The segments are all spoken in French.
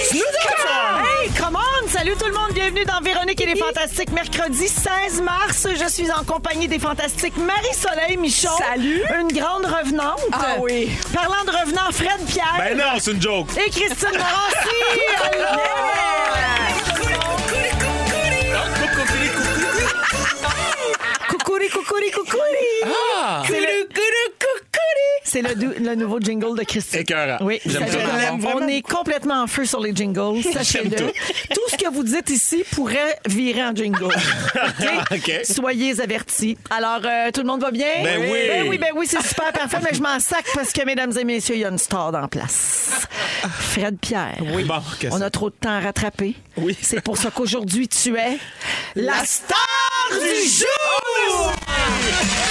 Hey, come on! Salut tout le monde, bienvenue dans Véronique et les Fantastiques. Mercredi 16 mars, je suis en compagnie des Fantastiques Marie-Soleil Michon. Salut. Une grande revenante. Ah oui. Parlant de revenant, Fred Pierre. Ben non, c'est une joke. Et Christine Morancy. Allô. Coucouri, coucouri, coucouri. Ah! C'est le- C'est le, dou- le nouveau jingle de Christine. Écœurant. Oui, J'aime sachez-le. ça. Je l'aime On vraiment. est complètement en feu sur les jingles. Sachez-le. tout. Tout ce que vous dites ici pourrait virer en jingle. OK? OK. Soyez avertis. Alors, euh, tout le monde va bien? Ben oui. Ben oui, ben oui, c'est super parfait, mais je m'en sac parce que, mesdames et messieurs, il y a une star en place. Fred Pierre. Oui. Bon, qu'est-ce On a trop de temps à rattraper. Oui. C'est pour ça qu'aujourd'hui, tu es la star du jour!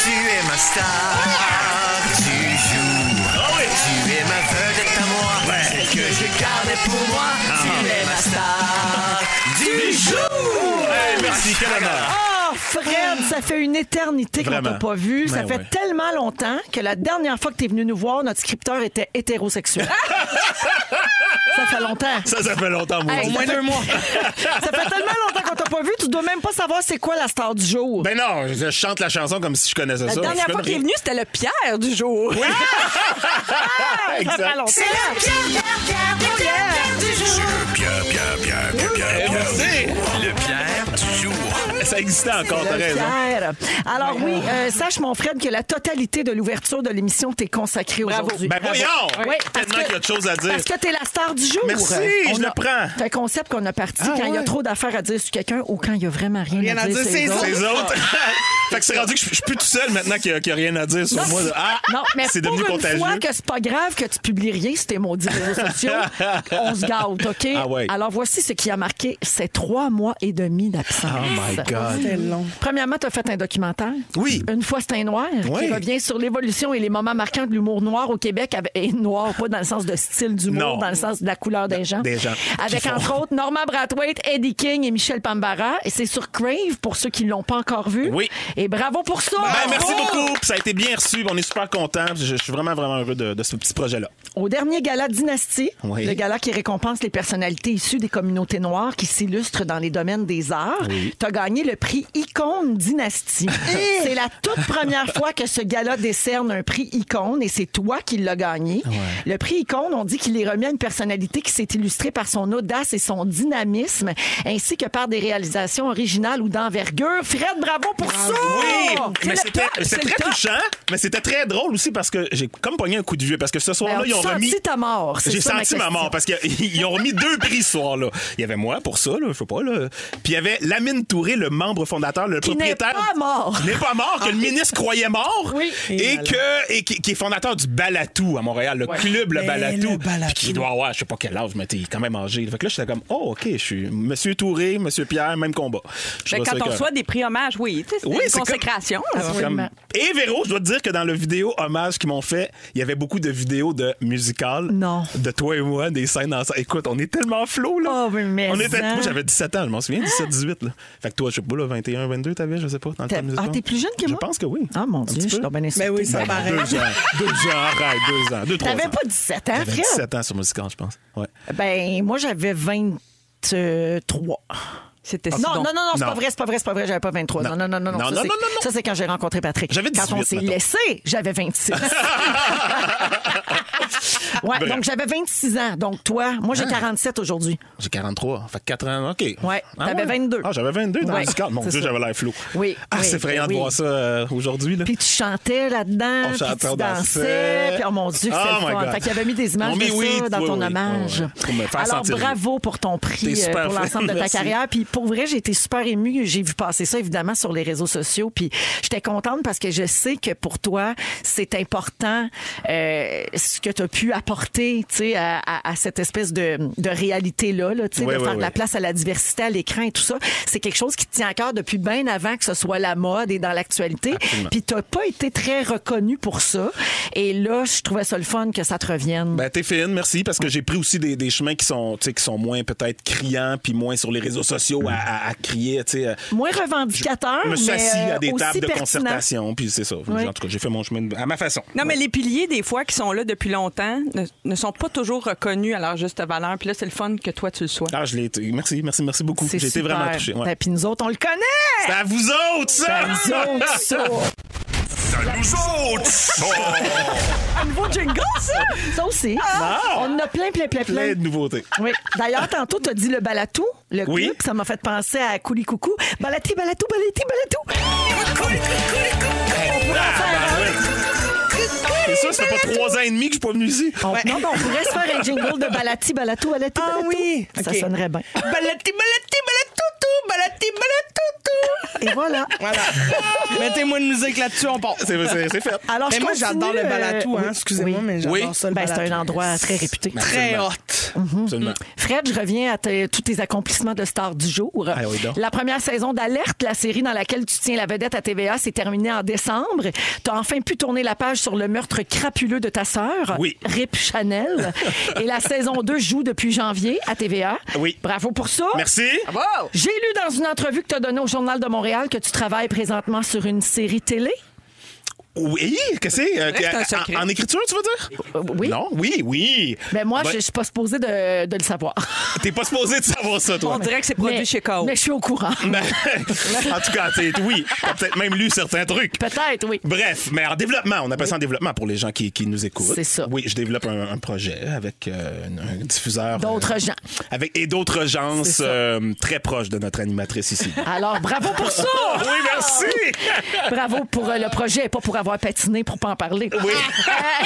Tu es ma star, tu joues. Tu es ma vedette à moi, celle que je gardais pour moi. Tu es ma star du jour. Hey, merci, quel honneur. Oh, Fred, ça fait une éternité qu'on Vraiment. t'a pas vu. ça Ben fait ouais. tellement longtemps que la dernière fois que t'es venu nous voir, notre scripteur était hétérosexuel. ça fait longtemps. Ça, ça fait longtemps, moi. Hey, ça fait- ça fait tellement longtemps qu'on t'a pas vu, tu dois même pas savoir c'est quoi la star du jour. Ben non, je chante la chanson comme si je connaissais La ça. dernière Je fois qu'il est connais- venu, c'était le Pierre du jour. Ah! ça fait longtemps. Exact. Pierre, Pierre, Pierre, Pierre, Pierre, Pierre. Le Pierre du jour. Eh, Ça existait encore, t'as raison. Pierre. Alors oui, euh, sache mon Fred que la totalité de l'ouverture de l'émission t'est consacrée aujourd'hui. Ben voyons! Oui, parce Tellement que- qu'il y a de choses à dire. Parce que t'es la star du jour. Merci, Euh, je on le a- prends. C'est un concept qu'on a parti Ah, quand il y a ouais. trop d'affaires à dire sur quelqu'un ou quand il y a vraiment rien, Rien à dire, sur c'est les autres. ça. Les autres. fait que c'est rendu que je je suis plus tout seul maintenant qu'il n'y a, qu'il y a rien à dire sur moi. Ah, Non, mais c'est pour devenu une contagieux. fois que c'est pas grave que tu publies rien sur tes maudits réseaux sociaux, on se gâte, OK? Ah ouais. Alors voici ce qui a marqué ces trois mois et demi d'absence. Oh my God. Premièrement, tu as fait un documentaire. Oui. Une fois, c'est un noir Oui. qui revient sur l'évolution et les moments marquants de l'humour noir au Québec. avec- Et noir, pas dans le sens de style d'humour, Non. dans le sens de la couleur des gens. Des gens Avec, qui font- entre autres, Norman Brathwaite, Eddie King et Michel Pambara. Et c'est sur Crave, pour ceux qui l'ont pas encore vu. Oui. Et bravo pour ça! Ben, merci beaucoup. Puis Ça a été bien reçu. On est super contents. Je, je suis vraiment, vraiment heureux de, de ce petit projet-là. Au dernier gala Dynastie, Oui. le gala qui récompense les personnalités issues des communautés noires qui s'illustrent dans les domaines des arts, tu as gagné le prix Icône Dynastie. c'est la toute première fois que ce gala décerne un prix Icône et c'est toi qui l'as gagné. Le prix Icône, on dit qu'il est remis à une personnalité qui s'est illustrée par son audace et son dynamisme, ainsi que par des réalisations originales ou d'envergure. Fred, bravo pour ça! Oui, Oh! C'est mais le c'était top, c'était c'est le très top. touchant, mais c'était très drôle aussi parce que j'ai comme pogné un coup de vieux parce que ce Ben, soir-là, ils ont as remis. senti ta mort. c'est J'ai ça senti ma question. mort parce qu'ils ont remis deux prix ce soir-là. Il y avait moi pour ça, là, je sais pas. Là. Puis il y avait Lamine Touré, le membre fondateur, le Qui n'est propriétaire. pas mort. Ah. Qui n'est pas mort, que le ministre croyait mort. Oui. Et, que, et qui, qui est fondateur du Balatou à Montréal, le club Ben, Le Mais Balatou. le Balatou. Puis Qui doit avoir, je sais pas quel âge, mais t'es quand même âgé. Fait que là, j'étais comme, oh, OK, je suis Monsieur Touré, Monsieur Pierre, même combat. Je Mais Ben, trouvais quand ça on écœurant. reçoit des prix hommages, oui, tu sais, c'est Oui, une c'est Ah, consécration. là. C'est comme- Absolument. Et Véro, je dois te dire que dans le vidéo hommage qu'ils m'ont fait, il y avait beaucoup de vidéos de musicales. Non. De toi et moi, des scènes ensemble. Écoute, on est tellement flou, là. Oh, mais mais on était, ça. moi, j'avais 17 ans, je m'en souviens, 17, 18, là. Fait que toi, je sais pas, là, 21, 22, t'avais, je sais pas, dans le T'as- temps musical. Ah, t'es plus jeune que moi? Je pense que oui. Ah mon Un Dieu, petit je suis peu. donc bien Mais insultée. oui, Ben, c'est pareil. deux ans. Deux ans, arrête, deux ans. Deux, trois T'avais ans. pas 17 ans, J'avais Fred? 17 ans sur musical, je pense. Ouais. Ben, moi, j'avais 23. C'était si Non, bon. non, non, non, c'est Non. pas vrai, c'est pas vrai, c'est pas vrai, j'avais pas 23. Non, Non. non, non, non, non. Non, ça, non, c'est- non, non, non. Ça, c'est quand j'ai rencontré Patrick. J'avais Quand on 18, s'est mettons. laissé, j'avais 26. ouais, Bref. Hein? donc j'avais 26 ans. Donc toi, moi, j'ai 47 aujourd'hui. J'ai 43. Fait que 4 ans, OK. Ouais, Ah t'avais 22. Ah, j'avais 22 dans Ouais, le musical. Mon c'est Dieu, ça. j'avais l'air flou. Oui, Ah, oui, c'est effrayant oui. de voir ça euh, aujourd'hui, là. Puis tu chantais là-dedans, On puis chantait, tu on dansais, dansait. puis oh mon Dieu, que c'est Oh le my fun. God. Fait qu'il avait mis des images On de met ça oui, dans oui, ton oui, hommage. oui, oui. Pour me faire Alors sentir bravo pour ton prix T'es euh, super pour fin. l'ensemble de ta Merci. carrière. Puis pour vrai, j'ai été super émue. J'ai vu passer ça évidemment sur les réseaux sociaux. Puis j'étais contente parce que je sais que pour toi, c'est important euh, ce que tu as pu apporter tu sais, à, à- à cette espèce de, de réalité-là, là, tu sais, Ouais, de ouais, faire de la ouais. place à la diversité à l'écran et tout ça. C'est quelque chose qui te tient à cœur depuis bien avant que ce soit la mode et dans l'actualité. Absolument. Puis tu pas été très reconnu pour ça. Et là, je trouvais ça le fun que ça te revienne. Ben, t'es fine, merci, parce que j'ai pris aussi des, des chemins qui sont, tu sais, qui sont moins peut-être criants, puis moins sur les réseaux sociaux à, à- à crier. tu sais. euh, Moins revendicateur, Je me suis mais assis euh, à des aussi tables de pertinent. concertation, puis c'est ça. Oui. En tout cas, j'ai fait mon chemin de- à ma façon. Non, mais les piliers, des fois, qui sont là depuis longtemps, ne, ne sont pas toujours reconnus à leur juste valeur. Puis là, c'est le fun que toi, tu le sois. Ah, je l'ai été. Merci, merci, merci beaucoup. C'est J'ai été super. vraiment touché. ouais. Ben, Puis nous autres, on le C'est connaît! à vous autres, ça! Ah! Ben, nous autres, ça. Un nouveau jingle, ça! Ça aussi. Ah! On en a plein, plein, plein, Plein plein. de nouveautés. Oui. D'ailleurs, tantôt, tu as dit le balatou, le Oui. club, ça m'a fait penser à Couli Coucou. Balati, balatou, balati, balatou. On pourrait en faire un. Ah, bah Et ça, ça fait pas trois ans et demi que je suis pas venu ici. On- Non, mais on pourrait se faire un jingle de balati, balatou, balati, balatou. Ah oui. Ça Ok. sonnerait bien. Balati, balati, balatoutou, balati, balatoutou. Et voilà. Voilà. Mettez-moi une musique là-dessus, on part. C'est- C'est c'est fait. Alors, mais je moi, continue, j'adore le euh, balatou, hein. oui. Excusez-moi, Oui. mais j'adore Oui. ça, le Ben, c'est balatou. un endroit très Mm-hmm. réputé. Très hot. Mm-hmm. Absolument. Fred, je reviens à te- tous tes accomplissements de star du jour. Ah oui, donc. La première saison d'Alerte, la série dans laquelle tu tiens la vedette à TVA, s'est terminée en décembre. Tu as enfin pu tourner la page sur le meurtre crapuleux de ta sœur, Oui. Rip Chanel. Et la saison 2 joue depuis janvier à TVA. Oui. Bravo pour ça. Merci. Ah Wow! J'ai lu dans une entrevue que tu as donnée au Journal de Montréal que tu travailles présentement sur une série télé. Oui, que c'est? Euh, Bref, c'est un en- secret. en, écriture, tu veux dire? Euh, oui. Non, oui, oui. Ben moi, Ben, je je suis pas supposée de, de le savoir. T'es pas supposé de savoir ça, toi. On dirait que c'est produit Mais- chez K.O. Mais je suis au courant. Ben, en tout cas, t'es- oui, t'as peut-être même lu certains trucs. Peut-être, oui. Bref, mais en développement, on appelle ça en développement pour les gens qui, qui nous écoutent. C'est ça. Oui, je développe un, un projet avec euh, un, un diffuseur. D'autres euh, gens. Avec, et d'autres gens C'est ça. Ah! euh, très proches de notre animatrice ici. Ah! Alors, bravo pour ça! oui, merci! Bravo pour euh, le projet et pas pour avoir patiné pour pas en parler. Oui,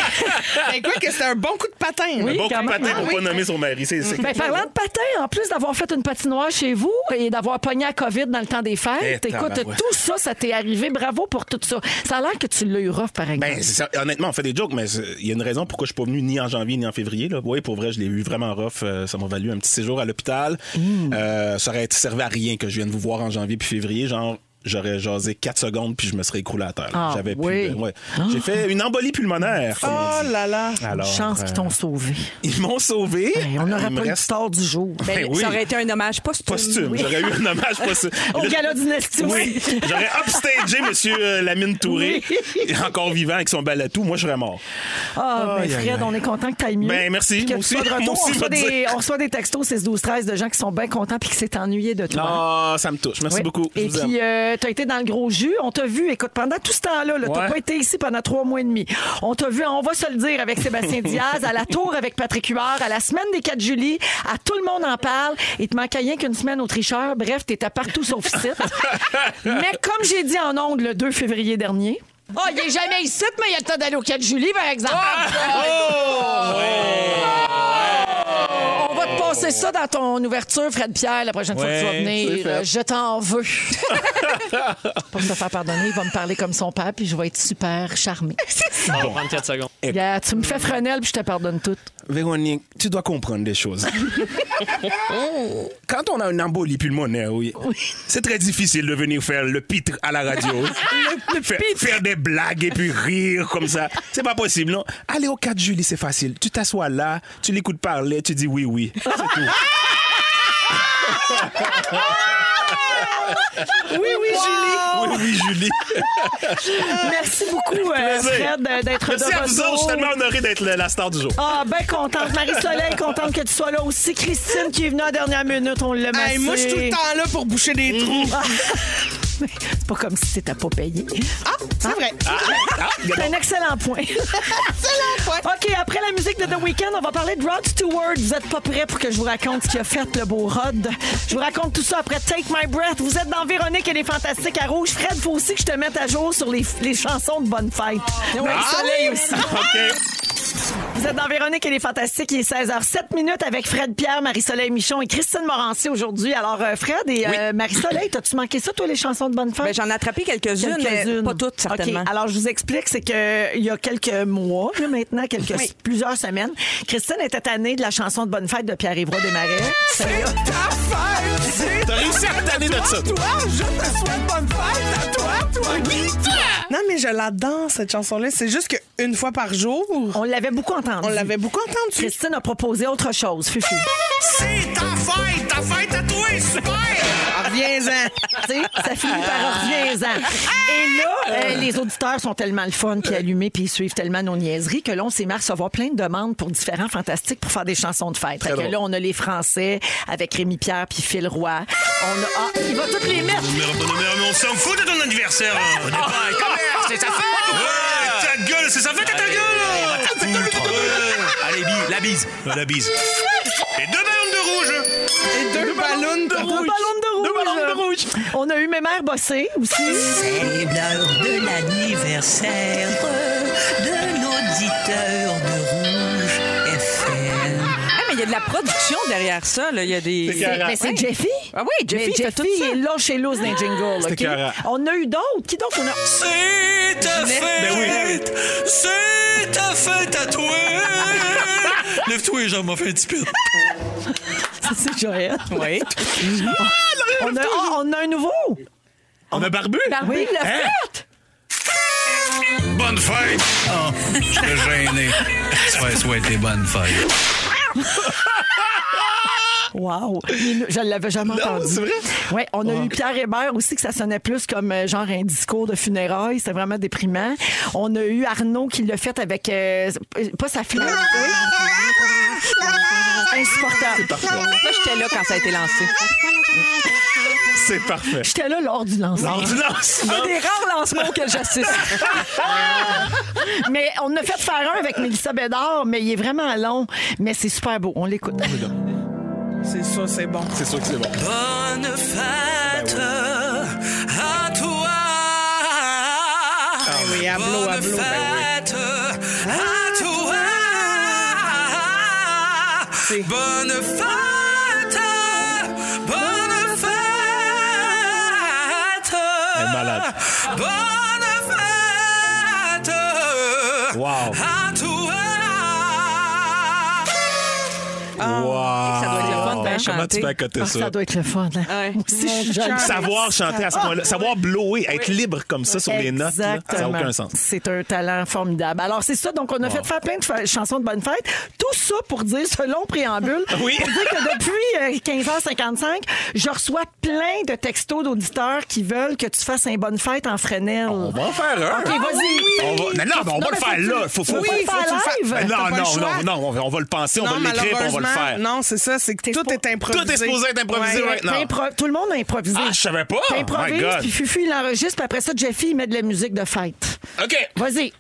Ben, quoi que c'était un bon coup de patin. là. Oui. beaucoup quand de même. patin pour pas nommer son mari. C'est, c'est- Ben, parlant de patin, en plus d'avoir fait une patinoire chez vous et d'avoir pogné à COVID dans le temps des fêtes, Eh, écoute, tabarouette. tout ça, ça t'est arrivé. Bravo pour tout ça. Ça a l'air que tu l'as eu rough, par exemple. Ben, c'est ça. honnêtement, on fait des jokes, mais c'est- il y a une raison pourquoi je suis pas venu ni en janvier ni en février. Là. Oui, pour vrai, je l'ai eu vraiment rough. Euh, ça m'a valu un petit séjour à l'hôpital. Mm. Euh, ça aurait été servi à rien que je vienne vous voir en janvier puis février. Genre, j'aurais jasé 4 secondes puis je me serais écroulé à terre. là. Ah, J'avais oui. plus de- ouais. J'ai fait une embolie pulmonaire. comme on Oh dit. là là. Alors, Chance euh, qu'ils t'ont sauvé. Ils m'ont sauvé. Hey, on Il n'aurait me pas eu de reste star du jour. Ben, Ben oui. Ça aurait été un hommage posthume. posthume. J'aurais eu un hommage posthume. Au Le- gala dynastie oui, aussi. j'aurais upstagé M. Lamine Touré, encore vivant avec son balatou. Moi, je serais mort. Ah, ben Aïe, aïe, Fred, aïe. on est content que t'ailles mieux. Ben, merci, Puis que moi tu aussi. sois de retour. Moi aussi, on, reçoit je vais des, on reçoit des textos 6 12 13 de gens qui sont bien contents puis qui s'est ennuyé de toi. Ah, ça me touche. Merci Oui. beaucoup. Je Et vous aime. puis, euh, t'as été dans le gros jus. On t'a vu, écoute, pendant tout ce temps-là, là, t'as Ouais. pas été ici pendant trois mois et demi. On t'a vu, on va se le dire, avec Sébastien Diaz, à la tour avec Patrick Huard, à la semaine des 4 juillet, à tout le monde en parle. Il te manquait rien qu'une semaine au tricheur. Bref, t'étais partout sauf site. Mais comme j'ai dit en ondes le 2 février dernier, oh, il est jamais ici, mais il a le temps d'aller au 4 juillet, par exemple. Ah! Ah! Oh! On va te passer ça dans ton ouverture, Fred Pierre, la prochaine fois que tu vas Ouais, venir. c'est fait. Je t'en veux. Pour se faire pardonner, il va me parler comme son père, puis je vais être super charmée. On va prendre 4 secondes. Gars, tu me fais Fresnel, puis je te pardonne tout. Véronique, tu dois comprendre des choses. Oh. Quand on a une embolie pulmonaire, oui, c'est très difficile de venir faire le pitre à la radio. faire, faire des blagues et puis rire comme ça. C'est pas possible, non? Aller au 4 juillet, c'est facile. Tu t'assois là, tu l'écoutes parler, tu dis oui, oui. C'est tout. Oui, oui, Julie. Oui, oui, Julie. Merci beaucoup, euh, Plaisir. Fred, euh, d'être de Merci à vous autres. Je suis retour. tellement honoré d'être la la star du jour. Ah, ben contente. Marie-Soleil, contente que tu sois là aussi. Christine qui est venue en dernière minute, on l'a massée. Hey, moi, je suis tout le temps là pour boucher des trous. C'est pas comme si c'était pas payé. Ah, c'est vrai. Ah, C'est un excellent point. OK, après la musique de The Weeknd, on va parler de Rod Stewart. Vous êtes pas prêts pour que je vous raconte ce qu'il a fait, le beau Rod. Je vous raconte tout ça après Take My Breath. Vous êtes dans Véronique et les Fantastiques à Rouge. Fred, Oh. Ah Oh. faut aussi que je te mette à jour sur les, les chansons de Bonne Fête. Marie-Soleil aussi. OK. Vous êtes dans Véronique et les Fantastiques, il est 16h07 minutes avec Fred Pierre, Marie-Soleil Michon et Christine Morancy aujourd'hui. Alors, euh, Fred et euh, Marie-Soleil, t'as-tu manqué ça, toi, les chansons de bonne fête? Ben, j'en ai attrapé quelques-unes, mais Quelques-unes. pas toutes, certainement. OK. Alors, je vous explique, c'est que il y a quelques mois, là, maintenant, quelques, plusieurs semaines, Christine était tannée de la chanson de Bonne Fête de Pierre Évroy Desmarais. Celle-là. T'as réussi à t'aller de ça. Non, mais je l'adore, cette chanson-là. C'est juste qu'une fois par jour, On l'avait beaucoup entendue. on l'avait beaucoup entendue. Christine a proposé autre chose, Fufu. C'est ta fête, ta fête à toi, super! Reviens-en. Tu sais, ça finit par reviens-en. Et là, euh, les auditeurs sont tellement le fun, puis allumés, puis ils suivent tellement nos niaiseries que là, on s'est mis à recevoir plein de demandes pour différents fantastiques pour faire des chansons de fête. Fait que là, on a les Français avec Rémi Pierre puis Phil Roy. On a... Ah, il va toutes les mettre! Mais, mais, mais, mais on s'en fout de ton anniversaire! Ah, On est pas un commerce, c'est ta fête! Ouais, ta gueule, c'est sa fête à ta gueule! Ouais. Allez, bi- la bise! Ouais, La bise! Et deux ballons de rouge! Et deux ballons de Deux ballons rouge. de rouge. On a eu mes mères bossées aussi. C'est l'heure de l'anniversaire de l'auditeur de Rouge FM. Ah, mais il y a de la production derrière ça. là. Il y a des. Mais c'est Jeffy. Ah oui, Jeffy, Mais il fait tout ça. est là chez Loose dans les jingles. OK? écœurant. On a eu d'autres. Qui donc on a. C'est ta Ben fête! C'est ta fête à toi! Lève-toi les jambes, on fait un petit peu. Ça, Ah, C'est Joël. Ah, Oui. On a, ah, on a un nouveau. On a barbu? Oui. Hein? Hein? Bonne fête! Oh, je suis gêné. Sois souhaité bonne fête. Wow. Il- Je l'avais jamais entendu. c'est vrai? Ouais, on a eu Pierre Hébert aussi, que ça sonnait plus comme euh, genre un discours de funérailles. C'était vraiment déprimant. On a eu Arnaud qui l'a fait avec. euh, pas sa fille. Insupportable. Là, j'étais là quand ça a été lancé. C'est parfait. J'étais là lors du lancement. L'ordonnance, Oh, non? Des rares lancements auxquels j'assiste. Mais on en a fait faire un avec Mélissa Bédard, mais il est vraiment long. Mais c'est super beau. On l'écoute. C'est ça, c'est bon. C'est sûr que c'est bon. Bonne fête à toi! Ah oui, ablo, Bonne ablo. fête à toi. Bonne fête. Bonne fête. Elle est malade. Ah, Bonne fête Wow. à toi. Wow. Ça doit être le fun de bien Comment chanter. tu peux accoter Ah, ça ça? doit être le fun. hein. Ouais. Moi aussi, je suis jeune. Savoir chanter à ce point-là, savoir blower, être libre comme ça sur les notes, là, ça n'a Exactement. aucun sens. C'est un talent formidable. Alors, c'est ça. Donc, on a fait faire plein de fa- chansons de bonne fête. Tout ça pour dire ce long préambule. Oui. Pour dire que depuis euh, 15h55, je reçois plein de textos d'auditeurs qui veulent que tu fasses un bonne fête en Fresnel. On va en faire un. OK, vas-y. On va- Non, non, mais on va Non, le mais faut faire que là. tu- Faut, faut, oui, faut- faut que tu le fasses. Mais T'as Non, pas le non, choix. non, non, on va- on va le penser, on Non, va l'écrire, puis on va le malheureusement, faire. Non, c'est ça, c'est que T'es tout pas- est improvisé. Tout est supposé être improvisé Ouais. right now. T'impro- Tout le monde a improvisé. Ah, je savais pas. My T'improvises, God. puis Fufu, il enregistre, puis après ça, Jeffy, il met de la musique de fête. OK. Vas-y.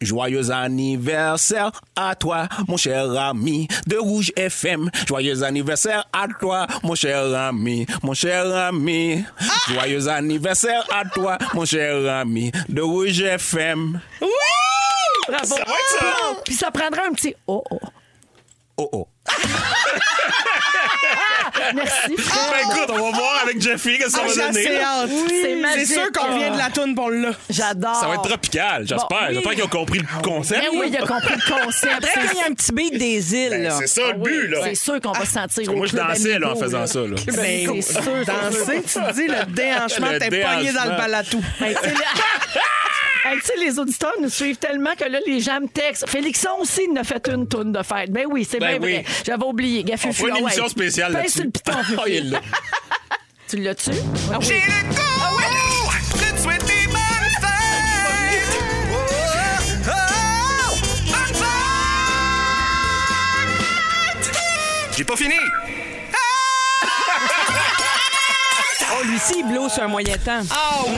Joyeux anniversaire à toi, mon cher ami de Rouge FM. Joyeux anniversaire à toi, mon cher ami, mon cher ami. Joyeux anniversaire à toi, mon cher ami de Rouge FM. Bravo. Ça va être ça. Oh, Puis ça prendra un petit oh oh. Oh oh. Merci. Ben écoute, on va voir avec Jeffy que ça Ah, j'ai va donner. assez là. hâte. C'est C'est magique. sûr qu'on vient de la toune pour là. J'adore. Ça va être tropical, j'espère. ah. Bon, oui. J'espère qu'ils ont compris le concept. Mais Eh oui, il a compris le concept. Après, il y a un petit beat des îles. là. Ben, C'est ça le but, là. Ah C'est sûr qu'on va se sentir au Moi, je club dansais là, en Amigo, faisant ça. Là. C'est Ben, sûr, c'est danser, tu dis le déhanchement, Ben, Le t'es pogné dans déhanchement. le balatou. Hey, tu sais, les- Hey, tu sais, les auditeurs nous suivent tellement que là, les gens me textent. Félixon aussi, il en a fait une toune de fête. Ben oui, c'est Ben bien oui. vrai. J'avais oublié. Gaffe, On fera une émission spéciale ah Pince là-dessus. sur le piton, Fufu. Oh, il est là. Tu l'as-tu? Ah J'ai le goût de te souhaiter bonne fête. Oh, oh, oh, bonne fête. J'ai pas fini. Oh, lui-ci, il blow sur un moyen temps.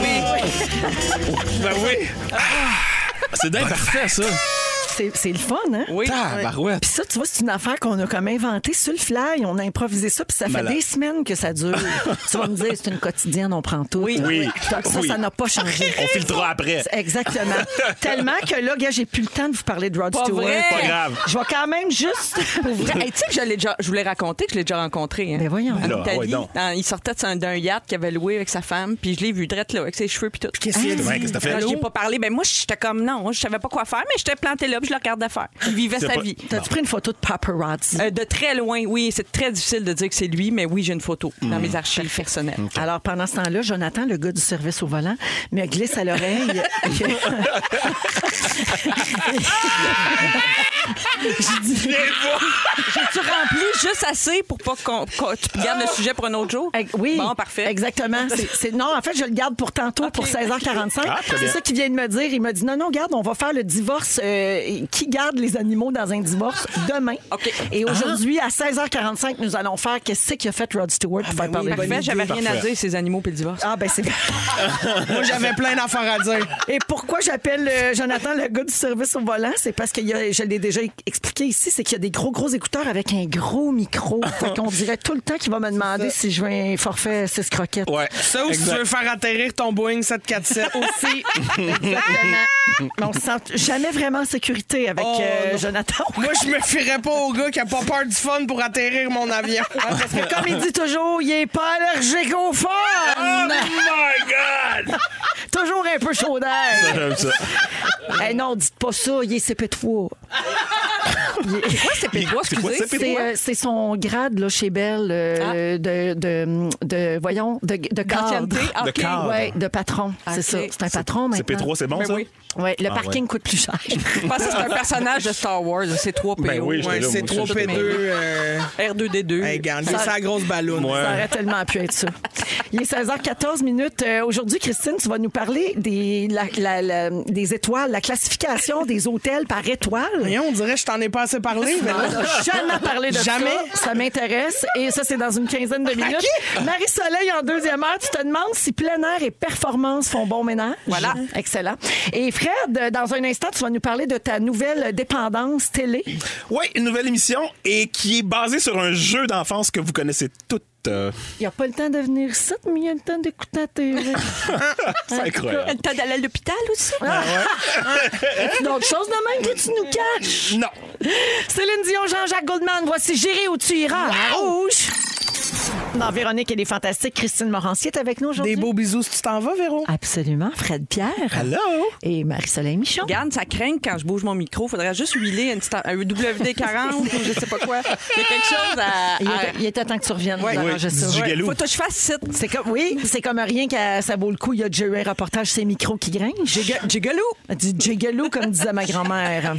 Ben oui. Ah, C'est dingue parfait, ça. c'est c'est le fun, hein? Oui. Tabarouette. Puis ça, tu vois, c'est une affaire qu'on a comme inventée sur le fly. On a improvisé ça, puis ça fait Malade. des semaines que ça dure. tu vas me dire, c'est une quotidienne, on prend tout. Oui, Oui. Ça, Oui. ça n'a pas changé. On filtrera après. Exactement. Tellement que là, gars, j'ai plus le temps de vous parler de Rod Pas Stewart. vrai. Pas grave. Je vais quand même juste. Pour vrai. Hey, tu sais que je, l'ai déjà- je voulais raconter que je l'ai déjà rencontré. Hein, Ben voyons. En Ah, Là, Italie. ouais, donc. Dans- il sortait de son- d'un yacht qu'il avait loué avec sa femme, puis je l'ai vu drette là, avec ses cheveux, puis tout. Qu'est-ce qu'il y a Ouais, qu'est-ce que t'as fait? Là, je n'ai pas parlé. Ben moi, j'étais comme non, je savais pas quoi faire, mais j'étais plantée là, puis je le regardais faire. Il vivait C'est sa pas- vie. T'as-tu pris une photo de paparazzi? Euh, de très loin, oui, c'est très difficile de dire que c'est lui, mais oui, j'ai une photo Mm. dans mes archives personnelles. Alors, pendant ce temps-là, Jonathan, le gars du service au volant, me glisse à l'oreille. J'ai-tu rempli juste assez pour pas qu'on qu'on- tu gardes le sujet pour un autre jour? Eh, Oui. Bon, parfait. Exactement. C'est- c'est- non, en fait, je le garde pour tantôt, pour 16h45. Ah, très c'est bien. ça qu'il vient de me dire. Il m'a dit non, non, garde, on va faire le divorce. euh, qui garde les animaux dans un divorce demain? OK. Et Ah. aujourd'hui, à 16h45, nous allons faire qu'est-ce qu'il a fait Rod Stewart Ah, Ben pour ben faire parler de lui. Parfait, j'avais rien à dire, ces animaux puis le divorce. Ah, ben c'est. Moi, j'avais plein d'affaires à dire. Et pourquoi j'appelle euh, Jonathan le gars du service au volant? C'est parce que il y a- je l'ai déjà expliqué ici, c'est qu'il y a des gros, gros écouteurs avec un gros micro. Fait qu'on dirait tout le temps qu'il va me demander si je veux un forfait 6 croquettes. Ouais. Ça, ou si tu Exact. veux faire atterrir ton Boeing 747 aussi. Exactement. Mais on se sent jamais vraiment en sécurité avec Oh, euh, non. Jonathan. Moi, je me fierais pas au gars qui a pas peur du fun pour atterrir mon avion. Parce que comme il dit toujours, il est pas allergique au fun! Oh my God! Toujours un peu chaud d'air. J'aime ça. Eh non, dites pas ça, il est CP3. Quoi, c'est pétrois, C'est quoi, excusez? c'est C'est euh, c'est son grade là, chez Belle euh, de, de, de- voyons, de, de cadre. D'ancienneté? Ah, De ok. cadre. Ouais, de patron, c'est Ok. ça. C'est un patron C'est maintenant. P3, c'est bon, Ben ça? oui. Ouais, le Ah, parking coûte plus cher. Je pensais que c'était un personnage de Star Wars, c'est 3PO. Ben oui, j'étais Ouais, là, c'est moi, 3P2. j'étais Euh... R2D2. Hey, garde, c'est la grosse ballonne. Ouais. Ça aurait tellement pu être ça. Il est 16h14 minutes. Euh, Aujourd'hui, Christine, tu vas nous parler des, la- la- la- des étoiles, la classification des hôtels par étoile. Voyons, on dirait que je t'en ai pas assez parlé. Mais là, On n'a jamais parlé de Jamais. ça. Ça m'intéresse. Et ça, c'est dans une quinzaine de minutes. Marie-Soleil, en deuxième heure, tu te demandes si plein air et performance font bon ménage. Voilà. Excellent. Et Fred, euh, dans un instant, tu vas nous parler de ta nouvelle dépendance télé. Oui, une nouvelle émission et qui est basée sur un jeu d'enfance que vous connaissez toutes. euh, Il n'y a pas le temps de venir ici, mais il y a le temps d'écouter la télé. Hein? c'est incroyable. T'as d'aller à l'hôpital aussi? Y'a-tu Ah, d'autres choses de même que tu nous caches? Non. Céline Dion, Jean-Jacques Goldman, voici Gérer où tu iras. à Rouge. Dans Véronique, elle est fantastique. Christine Morancier est avec nous aujourd'hui. des beaux bisous si tu t'en vas, Véro. Absolument. Fred Pierre. Hello? Et Marie-Soleil Michon. Regarde, ça craint quand je bouge mon micro. Faudrait juste huiler une sta- un WD-40 ou je sais pas quoi. Il y a quelque chose à... Il à- était, il était temps que tu reviennes pour oui, arranger ça. du Ouais. galop. Faut que je fasse site. C'est comme, oui, c'est comme rien que ça vaut le coup. Il y a déjà eu un reportage, ces micros qui grincent. Jigaloo. Du jiggalo, comme disait ma grand-mère.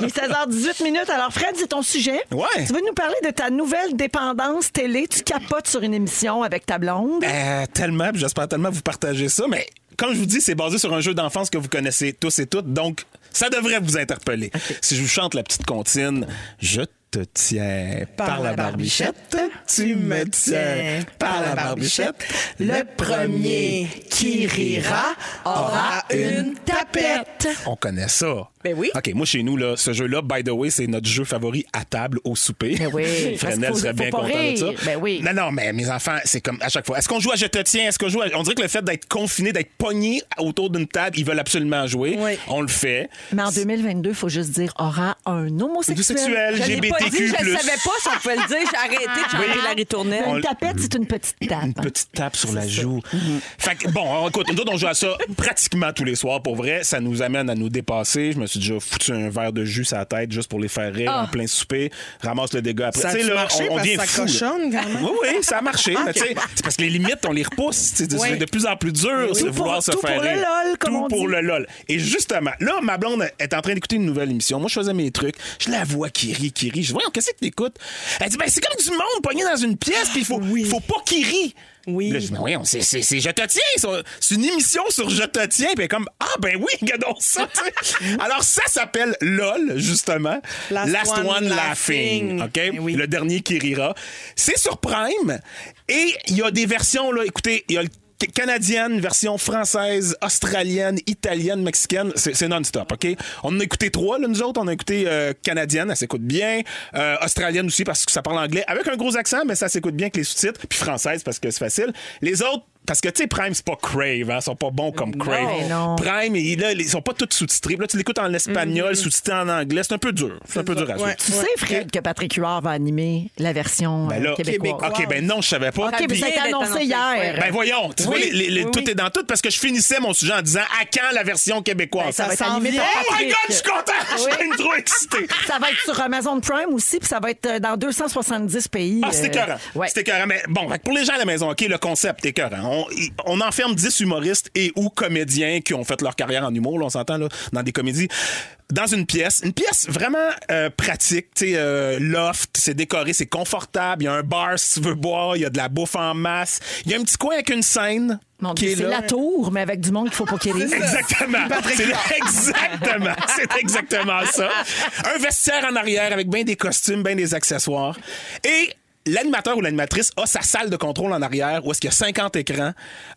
Il est 16h18 minutes. Alors, Fred, c'est ton sujet. Ouais. Tu veux nous parler de ta nouvelle dépendance télé. Tu capotes sur une émission avec ta blonde. Euh, tellement, puis j'espère tellement vous partager ça, mais comme je vous dis, c'est basé sur un jeu d'enfance que vous connaissez tous et toutes, donc ça devrait vous interpeller. Si je vous chante la petite comptine, je te tiens par, la barbichette, tu me tiens par la barbichette, le premier qui rira aura une tapette. On connaît ça. Ben oui. OK, moi chez nous, là, ce jeu-là, by the way, c'est notre jeu favori à table au souper. Ben oui, parce qu'il Fresnel faut- serait faut bien pas content de ça. rire. Ben oui. Non, non, mais mes enfants, c'est comme à chaque fois. Est-ce qu'on joue à Je te tiens? Est-ce qu'on joue à... On dirait que le fait d'être confiné, d'être pogné autour d'une table, ils veulent absolument jouer. Oui. On le fait. Mais en 2022, il faut juste dire aura un homosexuel. Homosexuel, Je l'ai LGBT. pas- Pas dit, BTQ+. je le savais pas si on pouvait le dire. J'ai arrêté de chanter la ritournelle. On- Une tapette, c'est une Mm-hmm. petite Une tape. petite tape sur la joue. Fait que, bon, alors, écoute, nous autres, on joue à ça pratiquement tous les soirs, pour vrai. Ça nous amène à nous dépasser. Je me suis déjà foutu un verre de jus à la tête juste pour les faire rire Ah. en plein souper. Ramasse le dégât après. Ça a-tu Tu sais, là, marché on, on parce que vient ça fou, là. cochonne, quand même? Ah, Oui, oui, ça a marché. mais tu sais, c'est parce que les limites, on les repousse. tu sais, Oui. C'est de plus en plus dur de Tout vouloir pour- se tout faire pour le rire. lol, comme Tout on pour dit. le lol. Et justement, là, ma blonde est en train d'écouter une nouvelle émission. Moi, je faisais mes trucs. Je la vois qui rit, qui rit. Je dis, voyons, qu'est-ce que t'écoutes? Elle dit, ben, c'est comme du monde pogné dans une pièce, puis il faut, faut pas qu'il rit. Oui. Là, je dis, ben, voyons, c'est, c'est, c'est Je te tiens. C'est, c'est une émission sur Je te tiens. Puis elle est comme, ah, ben oui, regardons ça. tu sais. Alors, ça s'appelle LOL, justement. Last one laughing. OK? Eh oui. Le dernier qui rira. C'est sur Prime. Et il y a des versions, là, écoutez, il y a le c- canadienne, version française, australienne, italienne, mexicaine, c'est c'est non-stop, OK? On en a écouté trois, là, nous autres. On a écouté euh, canadienne, elle s'écoute bien. euh, australienne aussi, parce que ça parle anglais. Avec un gros accent, mais ça s'écoute bien avec les sous-titres. Puis française, parce que c'est facile. Les autres, parce que, tu sais, Prime, c'est pas Crave, hein, ils sont pas bons comme Crave. Mais non. Prime, et là, ils sont pas tous sous-titrés. Là, tu l'écoutes en espagnol, sous-titré en anglais. C'est un peu dur. C'est un peu dur à suivre. Ouais. Tu sais, Fred, que Patrick Huard va animer la version Ben euh, là, québécoise. OK, ben non, je savais pas. OK, Puis- Ah, vous êtes Bien annoncé annoncé, hier. ben voyons, tu vois, les- les- les- oui, tout oui. est dans tout parce que je finissais mon sujet en disant à quand la version québécoise. Ben, ça va être s'en animé vient. par Oh my Patrick. God, je suis content! Je suis trop excité. Ça va être sur Amazon Prime aussi, puis ça va être euh, dans 270 pays. Ah, c'est euh, écœurant. ouais. C'est écœurant. Mais bon, fait que pour les gens à la maison, OK, le concept est écœurant. On, y- on enferme 10 humoristes et ou comédiens qui ont fait leur carrière en humour, là, on s'entend, là, dans des comédies, dans une pièce. Une pièce vraiment euh, pratique, tu sais, euh, loft, c'est décoré, c'est confortable, il y a un bar si tu veux boire, il y a de la bouffe en masse, il y a un petit coin avec une scène. Mon qui Dieu, est c'est là. la tour, mais avec du monde qu'il faut pas qu'il arrive. Exactement. C'est exactement. C'est exactement ça. Un vestiaire en arrière avec bien des costumes, bien des accessoires. Et l'animateur ou l'animatrice a sa salle de contrôle en arrière où est-ce qu'il y a 50 écrans.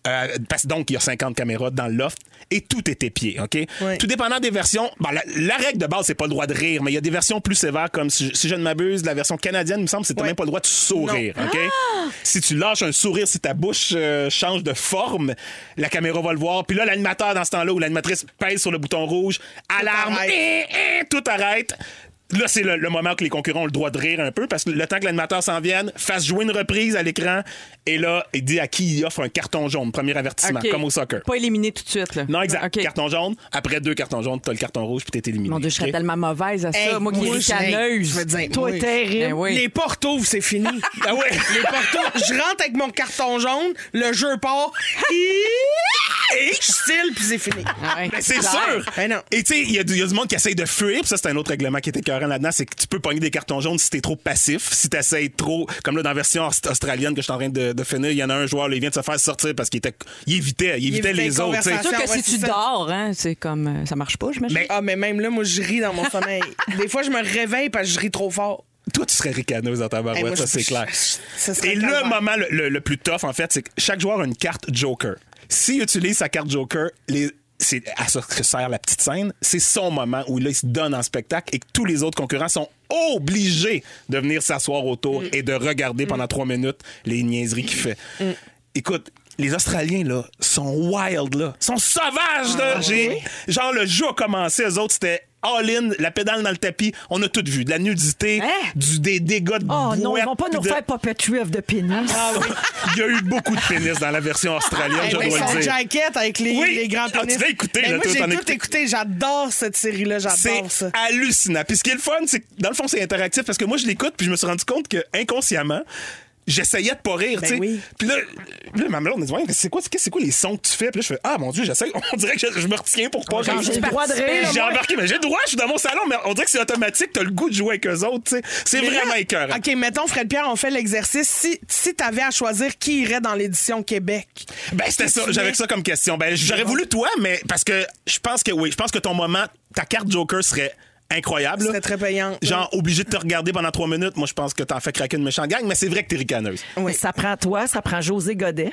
euh, parce, donc, il y a 50 caméras dans le loft et tout est épié, OK? Oui. Tout dépendant des versions. bon, la, la règle de base, c'est pas le droit de rire, mais il y a des versions plus sévères comme, si, je- si je ne m'abuse, la version canadienne, il me semble, c'est t'as Ouais. même pas le droit de sourire, OK? Si tu lâches un sourire, si ta bouche euh, change de forme, la caméra va le voir. Puis là, l'animateur, dans ce temps-là, où l'animatrice pèse sur le bouton rouge, alarme, arrête. eh, eh, tout arrête. Là, c'est le, le moment que les concurrents ont le droit de rire un peu parce que le temps que l'animateur s'en vienne, fasse jouer une reprise à l'écran et là, il dit à qui il offre un carton jaune, premier avertissement, OK. comme au soccer. Pas éliminé tout de suite. Là. Non, exact. OK. Carton jaune. Après deux cartons jaunes, t'as le carton rouge puis t'es éliminé. Mon Dieu, je serais OK? tellement mauvaise à ça. Hey, moi qui moi, est je- ricaneuse. je vais te dire, Toi, oui. terrible. Ben oui. Les portes ouvrent, c'est fini. Ah ouais. Les portes ouvrent. Je rentre avec mon carton jaune, le jeu part. Et je style, puis c'est fini. Ouais. Ben, c'est sûr! Ben non. Et tu sais, il y, a du il y a du monde qui essaye de fuir, puis ça, c'est un autre règlement qui est écœurant là-dedans, c'est que tu peux pogner des cartons jaunes si t'es trop passif, si t'essayes trop, comme là, dans la version aust- australienne que je suis en train de, de finir, il y en a un joueur, là, il vient de se faire sortir parce qu'il était, il évitait, il évitait évitait les une autres, tu sais. C'est sûr que Ouais, si c'est tu ça. dors, hein, c'est comme. euh, Ça marche pas, je m'imagine. Mais- Ah, mais même là, moi, je ris dans mon sommeil. Des fois, je me réveille parce que je ris trop fort. Toi, tu serais ricaneuse dans ta barouette, Eh, moi, ça, je- c'est je- clair. je- ce serait Et le calvaire. moment le, le- le plus tough, en fait, c'est que chaque joueur a une carte Joker. S'il utilise sa carte Joker, les. C'est à ça que sert la petite scène. C'est son moment où là, il se donne en spectacle et que tous les autres concurrents sont obligés de venir s'asseoir autour Mm. et de regarder pendant trois minutes les niaiseries qu'il fait. Mm. Écoute, les Australiens, là, sont wild, là. Sont sauvages, Ah, là. J'ai- Genre, le jeu a commencé, eux autres, c'était all-in, la pédale dans le tapis. On a tout vu. De la nudité, Hein? du, des dégâts de Oh non, ils bouettes, vont pas puis nous de- faire puppetry of the penis. Ah Il y a eu beaucoup de pénis dans la version australienne, je Eh ben, dois son le dire. jacket avec les, Oui. les grands Ah, tu pénis. l'as écouté, Ben, là, moi, toi, j'ai t'en as tout écouté. écouté. J'adore cette série-là. C'est J'adore ça. hallucinant. Puis ce qui est le fun, c'est que dans le fond, c'est interactif parce que moi, je l'écoute puis je me suis rendu compte que inconsciemment, j'essayais de pas rire, Ben tu sais. oui. Puis là, là, ma mère, on me dit, ouais, mais c'est quoi, c'est quoi les sons que tu fais? Puis là, je fais, ah mon Dieu, j'essaie. On dirait que je, je me retiens pour pas Genre, rire. Ah, j'ai le droit de rire. J'ai moi. embarqué, mais j'ai le droit, je suis dans mon salon, mais on dirait que c'est automatique, t'as le goût de jouer avec eux autres, tu sais. C'est Mais là, vraiment écœurant. OK, mettons, Fred Pierre, on fait l'exercice. Si, si t'avais à choisir qui irait dans l'édition Québec, Ben, c'était ça. J'avais ça comme question. Ben, j'aurais voulu toi, mais parce que je pense que oui, je pense que ton moment, ta carte Joker serait incroyable. là. Serait très payante. Genre, obligé de te regarder pendant trois minutes. Moi, je pense que t'en fais craquer une méchante gang, mais c'est vrai que t'es ricaneuse. Mais Ça prend toi, ça prend José Godet.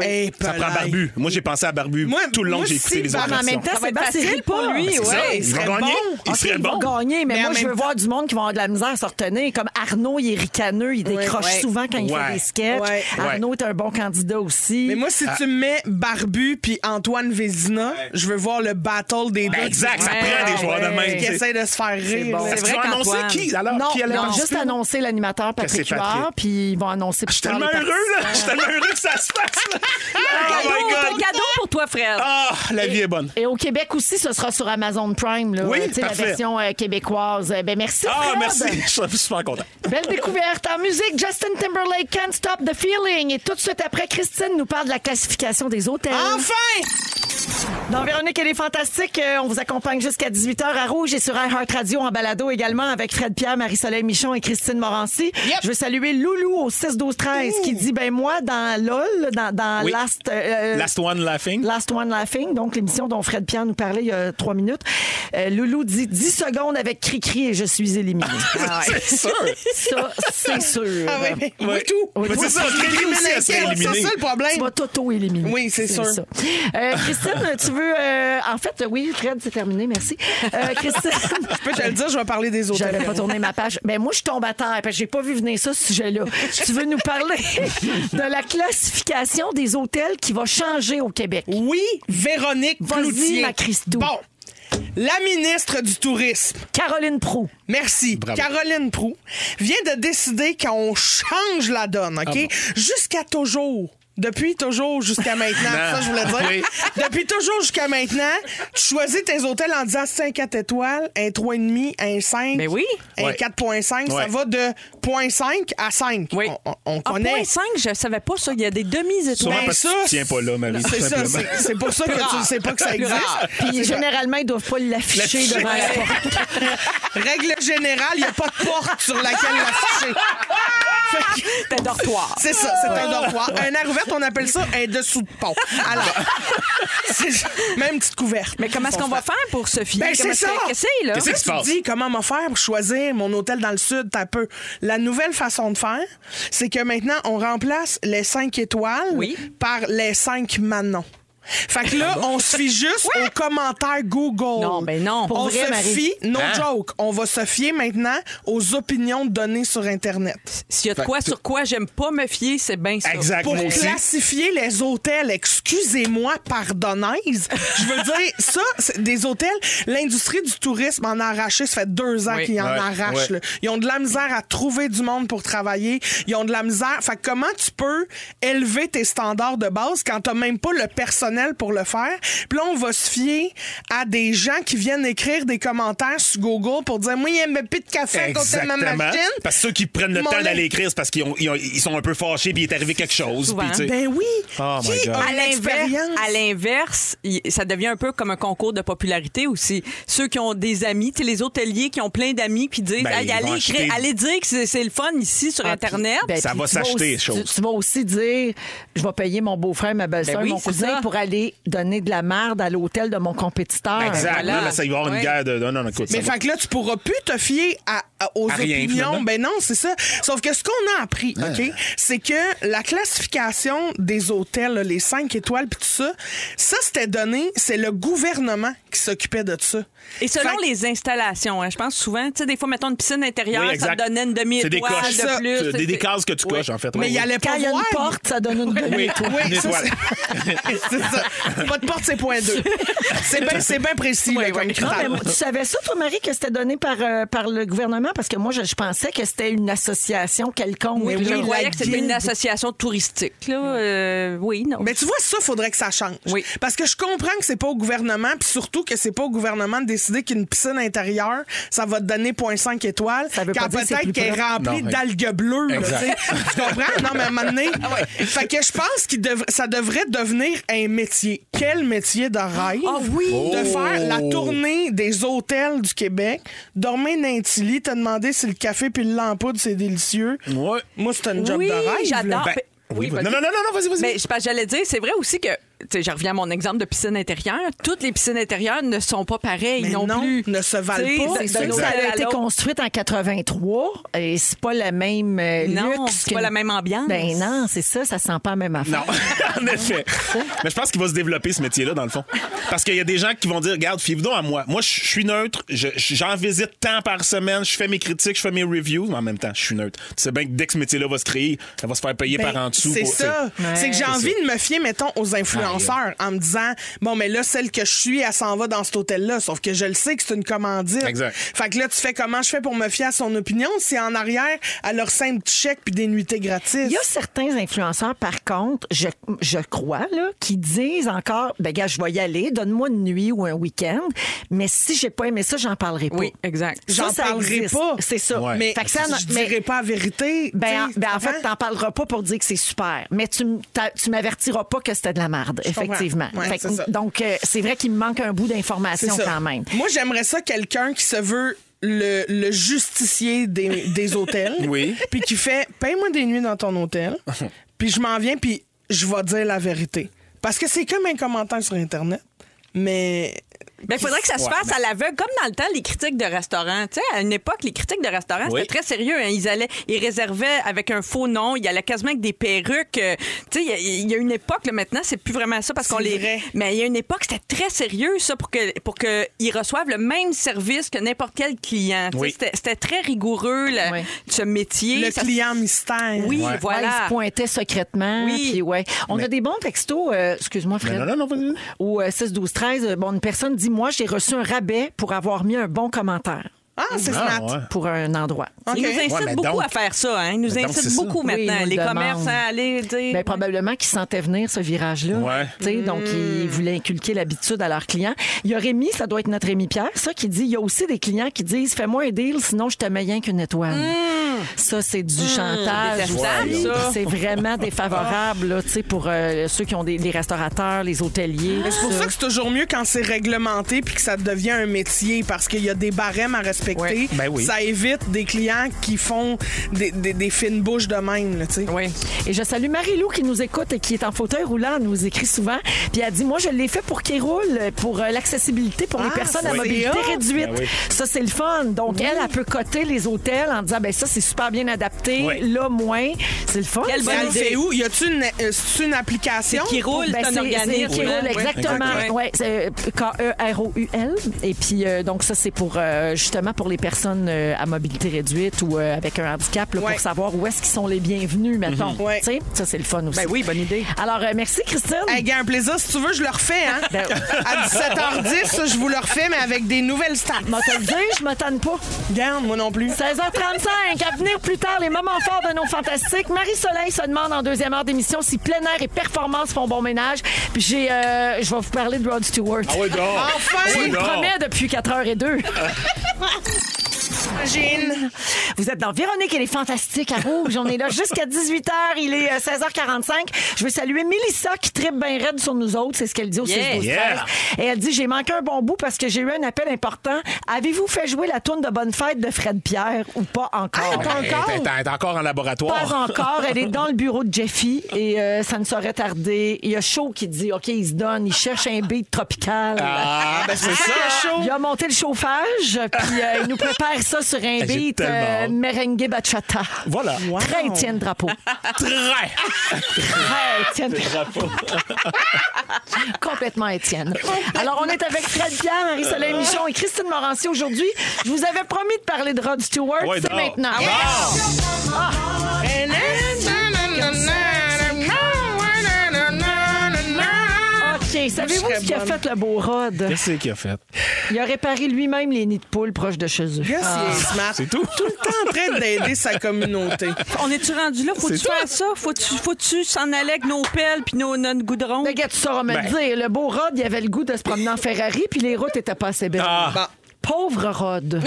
Eh, Ça prend pelaye. Barbu. Moi, j'ai pensé à Barbu Moi- tout le long moi, que j'ai écouté si les Barbu- autres Mais en même versions. temps, va c'est être pas facile c'est pour pas. lui, Ben, c'est ouais. ça. Il Il va serait gagner. bon. Il Oh, Ok, serait il va bon. gagner, mais, Mais en moi, je même veux temps- voir du monde qui va avoir de la misère à se retenir. Comme Arnaud, il est ricaneux, il décroche ouais. souvent quand il fait Ouais. des sketchs. Ouais. Arnaud est un bon candidat aussi. Mais moi, si Ah. tu me mets Barbu puis Antoine Vézina, je veux voir le battle des Ben, deux Ah exact, ça Ouais, prend des ouais. joueurs de même. qui tu sais. essayent de se faire rire. bon. là. Parce C'est vrai qu'ils ont annoncé qu'Antoine- qui, alors? non, qui allait ils ont participer? juste annoncé l'animateur Patrick c'est Patrick. Ah, Huard, puis ils vont annoncer Je plus suis tard. tellement les heureux, là. Je suis tellement heureux que ça se fasse, là. Oh Cadeau, my ton God. cadeau pour toi, frère. Ah, la vie est bonne. Et au Québec aussi, ce sera sur Amazon Prime, là, Oui, Tu sais, la parfait. version euh, québécoise. Ben merci. Ah, Fred. merci. Je suis super content. Belle découverte en musique. Justin Timberlake, Can't Stop the Feeling. Et tout de suite après, Christine nous parle de la classification des hôtels. Enfin! Donc, Véronique, elle est fantastique. Euh, On vous accompagne jusqu'à 18h à Rouge et sur iHeartRadio Radio en balado également avec Fred Pierre, Marie-Soleil Michon et Christine Morancy. Je veux saluer Loulou au 6-12-13 qui dit, ben moi, dans LOL, dans, dans Oui. Last... euh, Last one laughing. Last One Laughing, donc l'émission dont Fred Pierre nous parlait il y a trois minutes. Euh, Loulou dit 10 secondes avec Cricri et je suis éliminé. C'est sûr. Ça, c'est sûr. Ah oui, mais moi, Ouais. tout. Mais toi, c'est ça, c'est Cricri aussi, elle C'est serait ça, éliminée. ça le Tu problème. vas t'auto-éliminer. Oui, c'est sûr. ça. Euh, Christine, tu veux. euh, en fait, oui, Fred, c'est terminé, merci. Euh, Christine. Je peux te le dire, je vais parler des autres. J'avais pas tourné ma page. Mais moi, je tombe à terre parce que j'ai pas vu venir ça, ce sujet-là. tu veux nous parler de la classification des hôtels qui va changer au Québec? Oui, Véronique Vas-y, Cloutier. ma Christou. Bon, la ministre du Tourisme, Caroline Proux. merci, Bravo. Caroline Proux, vient de décider qu'on change la donne, OK? Ah bon. Jusqu'à toujours. Depuis toujours jusqu'à maintenant, ça je voulais dire. Oui. Depuis toujours jusqu'à maintenant, tu choisis tes hôtels en disant 5 4 étoiles, un 3,5, un 5, Ben oui. un Ouais. 4,5. Ça Ouais. va de 0,5 à 5. Oui. On, on- on Ah, connaît. point cinq, je savais pas ça. Il y a des Sûrement demi-étoiles. Ben, parce que ça, tu tiens pas là, Marie, tout C'est ça, simplement. c'est- c'est pour ça que tu ne sais pas que Ah. Ah, ça existe. Puis généralement, ils doivent pas l'afficher L'afficher. devant la porte. Règle générale, il n'y a pas de porte sur laquelle l'afficher. Fait que- C'est un dortoir. C'est ça, c'est un dortoir. Un air ouverte, on appelle ça un dessous de pont. Alors, c'est même petite couverte. Mais comment est-ce qu'on va faire pour Sophie? Ben, Comment c'est est-ce ça! que- Qu'est-ce que c'est, là? Qu'est-ce Là, qui se tu te passe? dis comment m'en faire pour choisir mon hôtel dans le sud, t'as peu. La nouvelle façon de faire, c'est que maintenant, on remplace les 5 étoiles Oui. Ah par les 5 Manon. Fait que là, on se fie juste aux commentaires Google. Non, ben non. Pour on vrai, se Marie. fie, no Hein? joke, on va se fier maintenant aux opinions données sur Internet. S'il y a de quoi sur quoi j'aime pas me fier, c'est bien ça. Exact, Pour moi aussi. classifier les hôtels, excusez-moi, pardonnaise, je veux dire, ça, c'est des hôtels, l'industrie du tourisme en a arraché, ça fait deux ans Oui. qu'ils en Ouais, arrachent. ouais. là. Ils ont de la misère à trouver du monde pour travailler, ils ont de la misère. Fait que comment tu peux élever tes standards de base quand t'as même pas le personnel pour le faire? Puis là, on va se fier à des gens qui viennent écrire des commentaires sur Google pour dire, moi, il aime plus de café à côté de ma Exactement. machine. Parce que ceux qui prennent le Mon temps lait. d'aller écrire, c'est parce qu'ils ont- ils ont- ils sont un peu fâchés puis il est arrivé quelque chose. Souvent. puis tu sais. Ben oui! Oh my Qui God. a À l'inverse, l'expérience? à l'inverse, il- ça devient un peu comme un concours de popularité aussi. Ceux qui ont des amis, tu sais, les hôteliers qui ont plein d'amis, puis disent Ben, Hey, ils allez, vont écrire- acheter- Ah, allez dire que c'est c'est le fun ici sur Internet. Ben, Ça puis va tu vas s'acheter, aussi- chose. Tu, tu vas aussi dire, je vais payer mon beau-frère, ma belle-sœur, Ben oui, mon c'est cousin ça. pour aller donner de la merde à l'hôtel de mon compétiteur. Exact. voilà. Là, ça il va y avoir Ouais. une guerre de. Non, non, écoute. ben Mais ça va- fait que là, tu pourras plus te fier à, à- aux À rien, opinions. finalement. ben non, c'est ça. Sauf que ce qu'on a appris, OK, c'est que la classification des hôtels, là, les 5 étoiles puis tout ça, ça, c'était donné, c'est le gouvernement qui s'occupait de ça. Et selon Fait que- les installations, hein, je pense souvent, tu sais, des fois, mettons une piscine intérieure, Oui, ça exact. te donnait une C'est demi-étoile des coches. de plus. C'est Des, des C'est- cases que tu coches, en fait. Mais Oui, il oui. allait Quand pas il y a voir. une porte, ça donne une Oui, demi-étoile. une Oui, ça, étoile. c'est ça. Pas de porte, c'est point 2. C'est bien c'est bien précis là, comme Non, mais critère. moi, tu savais ça, toi, Marie, que c'était donné par, euh, par le gouvernement? Parce que moi, je, je pensais que c'était une association quelconque. Oui, Mais je oui, croyais la que c'était guilde. une association touristique. Là. Euh, oui, non. Mais Ben, tu vois, ça, faudrait que ça change. Oui. Parce que je comprends que c'est pas au gouvernement, puis surtout que c'est pas au gouvernement de décider qu'une piscine intérieure, ça va te donner 0.5 étoiles, Ça veut pas quand dire que c'est peut-être plus qu'elle est propre. remplie Non, d'algues bleues. là, Exact. tu sais. tu comprends? Non, mais à un moment donné... Ah Fait que je pense que ça devrait devenir un métier. Quel métier de rêve Ah oui! de faire la Oh. tournée des hôtels du Québec, dormir dans un petit lit, te demander si le café puis le lampoud, c'est délicieux. Ouais. Moi, c'est un job Oui, de rêve. là. j'adore. Ben, Ben, oui, oui, vas-y. non, non, non, non, vas-y, vas-y. Mais je- parce que j'allais dire, c'est vrai aussi que, tu sais, je reviens à mon exemple de piscine intérieure. Toutes les piscines intérieures ne sont pas pareilles Mais non, non, plus. ne se valent Tu sais, pas. de- C'est de ça, l'hôtel elle a à été l'autre. construite en 83 et c'est pas la même euh, Non, luxe c'est que- pas la même ambiance. Ben non, c'est ça, ça sent pas la même affaire. Non, en effet. Mais je pense qu'il va se développer ce métier-là, dans le fond. Parce qu'il y a des gens qui vont dire, regarde, fiez-vous donc à moi. Moi, je je suis neutre, je- j'en visite tant par semaine, je fais mes critiques, je fais mes reviews, mais en même temps, je suis neutre. Tu sais bien que dès que ce métier-là va se créer, ça va se faire payer Ben, par en dessous. C'est pour- ça. C'est que j'ai envie de me fier, mettons, aux influenceurs en me disant, bon, mais là, celle que je suis, elle s'en va dans cet hôtel-là. Sauf que je le sais que c'est une commandite. Exact. Fait que là, tu fais comment je fais pour me fier à son opinion si en arrière, elle leur simple chèque puis des nuitées gratis. Il y a certains influenceurs, par contre, je, je crois, là, qui disent encore, ben gars, je vais y aller, donne-moi une nuit ou un week-end, mais si j'ai pas aimé ça, j'en parlerai pas. Oui, exact. Ça, J'en ça parlerai existe. pas. C'est ça. Ouais. Mais Fait que ça, je mais- dirais pas la vérité. Ben, tu sais, Hein? ben, en fait, avant. t'en parleras pas pour dire que c'est super, mais tu, m- t'as- tu m'avertiras pas que c'était de la merde. comprends. effectivement. Ouais, Fait que- c'est ça. donc, euh, c'est vrai qu'il me manque un bout C'est d'information ça. quand même. Moi, j'aimerais ça quelqu'un qui se veut le, le justicier des, des hôtels. Oui. Puis qui fait paye-moi des nuits dans ton hôtel. puis je m'en viens, puis je vais dire la vérité. Parce que c'est comme un commentaire sur Internet. Mais. Ben, il faudrait que ça se fasse à l'aveugle, comme dans le temps, les critiques de restaurants. Tu sais, à une époque, les critiques de restaurants, Oui. c'était très sérieux. hein. Ils allaient, ils réservaient avec un faux nom, ils allaient quasiment avec des perruques. euh, Tu sais, il y a- il y, a une époque, là, maintenant, c'est plus vraiment ça parce qu'on les. vrai. Mais il y a une époque, c'était très sérieux, ça, pour que pour que ils reçoivent le même service que n'importe quel client. Tu sais, Oui. C'était c'était très rigoureux, le- Oui. ce métier. Le Ça- client mystère. Oui, Ouais. voilà. Ouais, il se pointait secrètement. Oui. puis ouais. On a des bons textos. euh, Excuse-moi, Fred. Non, non, non, vas-y. Ou euh, 6, 12, 13. euh, Bon, une personne dit Moi, j'ai reçu un rabais pour avoir mis un bon commentaire Ah, c'est Ah, smart. ouais. pour un endroit. Ils nous OK. incitent Ouais, mais beaucoup donc- à faire ça. Hein. Ils nous Mais donc, incitent c'est ça. beaucoup Oui, maintenant. ils nous les demandent. commerces à aller dire. Ben, probablement qu'ils sentaient venir ce virage-là. Ouais. Tu sais, Donc, Hmm. ils voulaient inculquer l'habitude à leurs clients. Il y a Rémi, ça doit être notre Rémi Pierre, ça, qui dit il y a aussi des clients qui disent fais-moi un deal, sinon je te mets rien qu'une étoile. Hmm. Ça, c'est du chantage. détestable, aussi. ça. C'est vraiment défavorable là, tu sais, pour euh, ceux qui ont des les restaurateurs, les hôteliers. Mais c'est pour ça que c'est toujours mieux quand c'est réglementé puis que ça devient un métier parce qu'il y a des barèmes à respecter. Ouais. Ben oui. Ça évite des clients qui font des, des- des fines bouches de même. Là, tu sais. Oui. Et je salue Marie-Lou qui nous écoute et qui est en fauteuil roulant, elle nous écrit souvent. Puis elle dit Moi, je l'ai fait pour qu'il roule, pour euh, l'accessibilité pour les Ah, personnes à c'est mobilité hot. réduite. Ben oui. Ça, c'est le fun. Donc, elle, elle peut coter les hôtels en disant ben ça, c'est super bien adapté, Oui. là, moins. C'est le fun. Quelle ça. Mais elle bonne le idée. fait Bah, où? Y a-t-il une, euh, c'est-tu une application? Qui roule, Ben, c'est un c'est- organisme. hein? c'est- qui roule, Ouais. Ouais. exactement. Ouais, c'est, euh, K-E-R-O-U-L. Et puis, euh, donc, ça, c'est pour euh, justement pour les personnes euh, à mobilité réduite ou euh, avec un handicap, là, Ouais. pour savoir où est-ce qu'ils sont les bienvenus, mettons. Ouais. Tu sais, Ça, c'est le fun aussi. Mm-hmm. Ben oui, bonne idée. Alors, euh, merci, Christine. Hey, gars, un plaisir. Si tu veux, je le refais. Hein? Ben- à 17h10, je vous le refais, mais avec des nouvelles stats. M'en te le dire, je m'attends pas. Garde, moi non plus. 16h35, à venir plus tard, les moments forts de nos fantastiques. Marie-Soleil se demande en deuxième heure d'émission si plein air et performance font bon ménage. Puis j'ai, euh, je vais vous parler de Rod Stewart. Ah oui, donc. Enfin! Ah Je oui, vous le donc. promets depuis 4h02. Imagine. Vous êtes dans Véronique et les Fantastiques à Rouge. On est là jusqu'à 18h. Il est euh, 16h45. Je veux saluer Mélissa qui tripe bien raide sur nous autres. C'est ce qu'elle dit au 6 Yeah. 12 Yeah. Et elle dit J'ai manqué un bon bout parce que j'ai eu un appel important. Avez-vous fait jouer la tourne de Bonne Fête de Fred Pierre ou pas encore? Ah, elle est- elle est- elle est encore en laboratoire. Pas encore. Elle est dans le bureau de Jeffy et euh, ça ne saurait tarder. Il y a Shaw qui dit OK, il se donne, il cherche un beat tropical. Ah, ben c'est ça. Il a monté le chauffage, puis euh, il nous prépare ça sur un J'ai beat tellement euh, hâte. merengue bachata. Voilà. Très Étienne Drapeau. Très. Très Étienne Drapeau. Complètement Étienne. Alors, on est avec Fred Pierre, Euh. Marie-Soleil Michon et Christine Morancy aujourd'hui. Je vous avais promis de parler de Rod Stewart. Ouais, C'est non. maintenant. Non. OK. Ah, Savez-vous serais ce qui a bonne. fait le beau Rod? Qu'est-ce qu'il a fait? Il a réparé lui-même les nids de poule proches de chez eux. Yes, il est smart. C'est tout. Tout le temps en train d'aider sa communauté. On est-tu rendu là? Faut-tu faire ça? Faut-tu faut s'en aller avec nos pelles puis nos, notre goudron? Le gars, tu sauras me le Ben. dire. Le beau Rod, il avait le goût de se promener en Ferrari, puis les routes étaient pas assez belles. Bon. Pauvre Rod.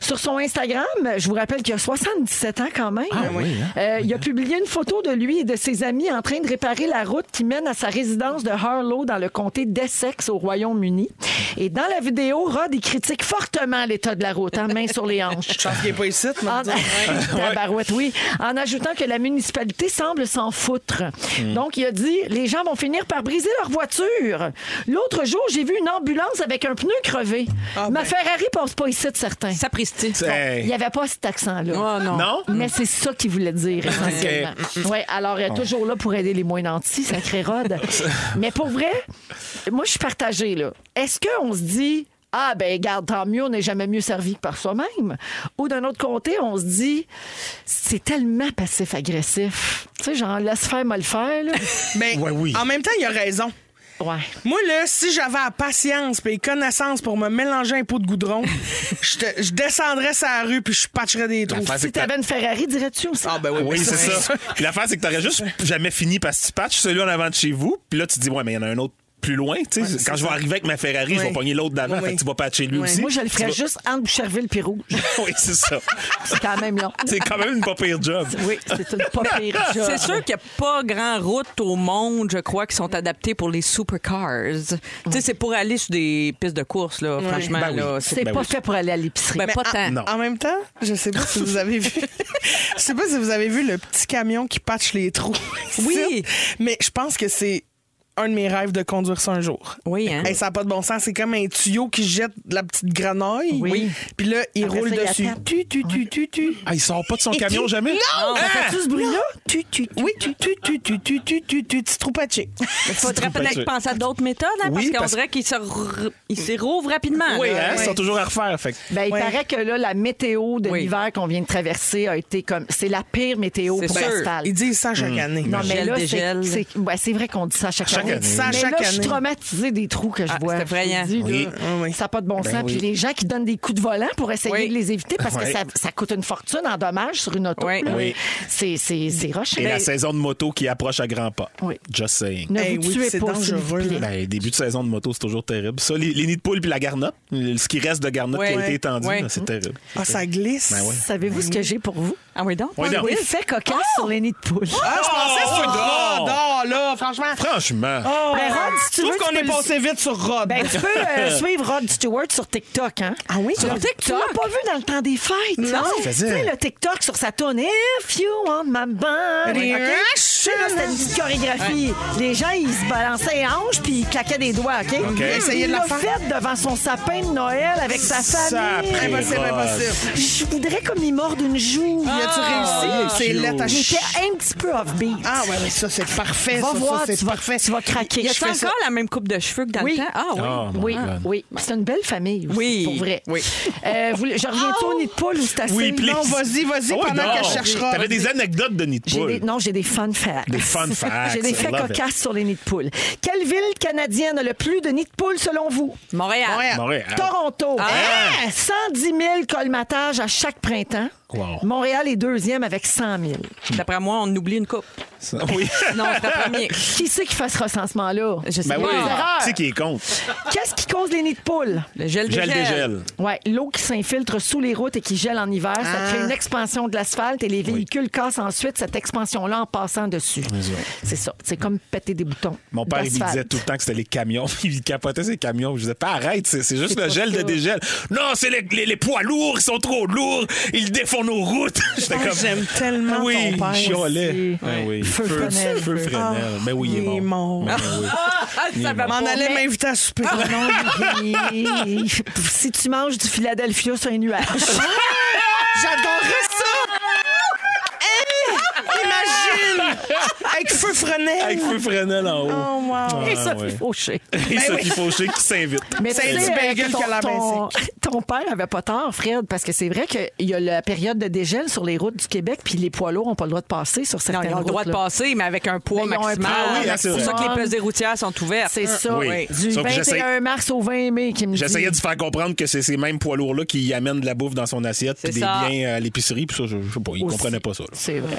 Sur son Instagram, je vous rappelle qu'il a 77 ans quand même. Euh, il a publié une photo de lui et de ses amis en train de réparer la route qui mène à sa résidence de Harlow dans le comté d'Essex au Royaume-Uni. Et dans la vidéo, Rod, il critique fortement l'état de la route, hein, main sur les hanches. Je pense qu'il est pas ici, mais En... Tabarouette, oui. En ajoutant que la municipalité semble s'en foutre. Donc, il a dit les gens vont finir par briser leur voiture. L'autre jour, j'ai vu une ambulance avec un pneu crevé. Ah Ma ben. Ferrari passe pas ici de certains. Sapristi. Il Hey. n'y avait pas cet accent-là. Oh non. Non? Mais c'est ça qu'il voulait dire essentiellement. Ouais, alors euh, toujours là pour aider les moins nantis, sacré Rod. Mais pour vrai, moi je suis partagée là. Est-ce qu'on se dit ah ben garde tant mieux, on n'est jamais mieux servi que par soi-même ou d'un autre côté, on se dit c'est tellement passif agressif. Tu sais genre laisse faire moi le faire là. Ben, Ouais, oui. En même temps, il a raison. Ouais. Moi, là, si j'avais la patience et les connaissances pour me mélanger un pot de goudron, je te- je descendrais sur la rue puis je patcherais des trous. face- Ah, c'est Si que t'as- t'avais une Ferrari, dirais-tu aussi Ah, ben oui, Oui, ben c'est ça. Puis l'affaire, c'est que t'aurais juste jamais fini parce que tu patches celui en avant de chez vous. Puis là, tu te dis, ouais, mais il y en a un autre plus loin. tu sais. quand je vais arriver avec ma Ferrari, je vais Oui. pogner l'autre d'avant. Oui, Fait que oui. tu vas patcher lui Oui. aussi. Moi, je le Tu ferais vas- juste entre Boucherville puis Rouge. oui, c'est ça. C'est quand même long. C'est quand même une pas pire job. Oui, c'est une pas pire job. C'est sûr qu'il n'y a pas grand route au monde, je crois, qui sont adaptées pour les supercars. Tu sais, c'est pour aller sur des pistes de course, là, franchement. Ben oui. là, c'est- C'est Ben pas oui. fait pour aller à l'épicerie. Ben, Mais pas en, tant. Ah, Non. en même temps, je sais pas si vous avez vu. je sais pas si vous avez vu le petit camion qui patche les trous. Oui. Mais je pense que c'est un de mes rêves de conduire ça un jour. Oui, hein? Hey, ça n'a pas de bon sens. C'est comme un tuyau qui jette de la petite grenouille. Oui. Puis là, il Après roule ça, il dessus. attrape. Tu, tu, tu, tu, tu. Ah, il sort pas de son Et camion tu- jamais? Non! Hein? Fais-tu ce bruit-là? Tu, tu, tu, oui. tu, tu, tu, tu, tu, tu, tu, tu, petit trou patché. Il faudrait pas peut-être sûr. penser à d'autres méthodes, hein, Oui, parce qu'on parce- dirait qu'il se, r- il se rouvre rapidement. Oui, là. hein, ils sont toujours à refaire. Fait que- Ben, il Ouais. paraît que là, la météo de Oui. l'hiver qu'on vient de traverser a été comme. C'est la pire météo C'est pour sûr. l'asphalte. Ils disent ça chaque Mm. année. Non, mais Gel, là, c'est- dégel. c'est ouais, c'est vrai qu'on dit ça à chaque, Chaque année. année. On dit ça à mais chaque là, je suis année. traumatisée des trous que je Ah, vois. c'est effrayant. Je vous le dis, là, Oui. Ah, Oui, oui. Ça n'a pas de bon sens. Puis les gens qui donnent des coups de volant pour essayer Oui. de les éviter parce que Ouais. ça, ça coûte une fortune en dommages sur une auto. Oui. là. Oui. C'est c'est- c'est rocheux. Et la saison de moto qui approche à grands pas. ben, Oui. Just saying. Ne Eh vous oui, tuez c'est pas, s'il vous dangereux. plaît. Ben, début de saison de moto, c'est toujours terrible. Ça, les, les nids de poule puis la garnotte, ce qui reste de garnotte qui a Ouais. été étendu, Ouais. là, c'est terrible. Ah, ça glisse. Ben ouais. Savez-vous ce que j'ai pour vous? Ah oui, donc? Oui, donc. Un fait cocasse sur les nids de poule. Ah, je pensais Oh, sur non. Rod. Ah, là, franchement. Franchement. Oh, Ben, Rod, si tu je trouve veux, tu qu'on peux est le- passé vite sur Rod. Ben, tu peux euh, suivre Rod Stewart sur TikTok, hein? ah oui? Tu l'as- Tu l'as pas vu dans le temps des fêtes. Non. Tu faisait. sais, le TikTok sur sa tourne If you want my body. Ouais. OK? Tu sais, là, C'était une petite chorégraphie. Les gens, ils se balançaient les hanches puis ils claquaient des doigts, OK? OK. Essayez de la l'a faire. fait devant son sapin de Noël avec sa Ça famille. prend- Impossible, Rod. impossible. Je voudrais comme il mord d'une joue. As-tu réussi? C'est laid à J'étais chier. un petit peu off-beat. Ah ouais, mais ça c'est parfait. Va ça, voir, ça, c'est tu, vas, parfait. tu vas craquer. Il y a Je fais encore ça. la même coupe de cheveux que dans Oui. le temps? Ah oui. Oh, my Oui, God. oui. C'est une belle famille aussi, Oui, pour vrai. oui. Euh, vous- je reviens-tu au nid de poule ou c'est assez? Oui, please. Non, vas-y, vas-y, Oh, pendant non. qu'elle cherchera. T'avais des anecdotes de nids de J'ai poule. des, non, j'ai des fun facts. Des fun facts. j'ai des I faits love it. cocasses sur les nids de poules. Quelle ville canadienne a le plus de nids de poules selon vous? Montréal. Montréal. Montréal. Toronto. Ah! 110 000 colmatages à chaque printemps. Wow. Montréal est deuxième avec 100 000. D'après moi, on oublie une coupe. Ça- Oui. Non, c'est la première. Qui c'est qui fait ce recensement-là? Je sais Ben oui. pas. erreurs. C'est qui est contre? Qu'est-ce qui cause les nids de poules? Le gel Gel dégel. Ouais, l'eau qui s'infiltre sous les routes et qui gèle en hiver, ça crée une expansion de l'asphalte et les véhicules cassent ensuite cette expansion-là en passant dessus. C'est ça. C'est comme péter des boutons. Mon père, il me d'asphalte. disait tout le temps que c'était les camions. Il capotait ses camions. Je disais, pas arrête, c'est c'est juste C'est le pas gel de ça. dégel. Non, c'est les, les- les poids lourds, ils sont trop lourds, ils défont nos routes. J'étais Ah, comme. j'aime tellement oui, ton père. il chiolait. aussi. Ah oui. Feu feu, Fresnel. feu Fresnel. Ah, Ben oui, il est mort. mort. Ben oui. Ah, ça va M'en pas. allait m'inviter à souper. Non, il- si tu manges du Philadelphia sur un nuage. Ah, J'adorerais ça! Hey, imagine! Avec feu Avec Fresnel. feu Frenel en haut. Oh, wow. Et ça, Ah, ouais. faut faucher. Et Sophie Fauché qui s'invite. Mais C'est tu du sais, euh, bagel que ton- qu'elle a ton, ton père avait pas tort, Fred, parce que c'est vrai qu'il y a la période de dégel sur les routes du Québec, puis les poids lourds n'ont pas le droit de passer sur certaines Non, ils ont le routes, droit de là. passer, mais avec un poids Mais ils ont un maximal. poids Ah oui, hein, c'est c'est pour ça vrai. que les pesées routières sont ouvertes. C'est ça. Oui. Du Sauf que j'essaie- 21 mars au 20 mai qui me J'essayais de dit. faire comprendre que c'est ces mêmes poids lourds-là qui amènent de la bouffe dans son assiette, puis C'est des ça. biens à l'épicerie, puis ça, je, je sais pas, ils Aussi. comprenaient pas ça. là. C'est vrai.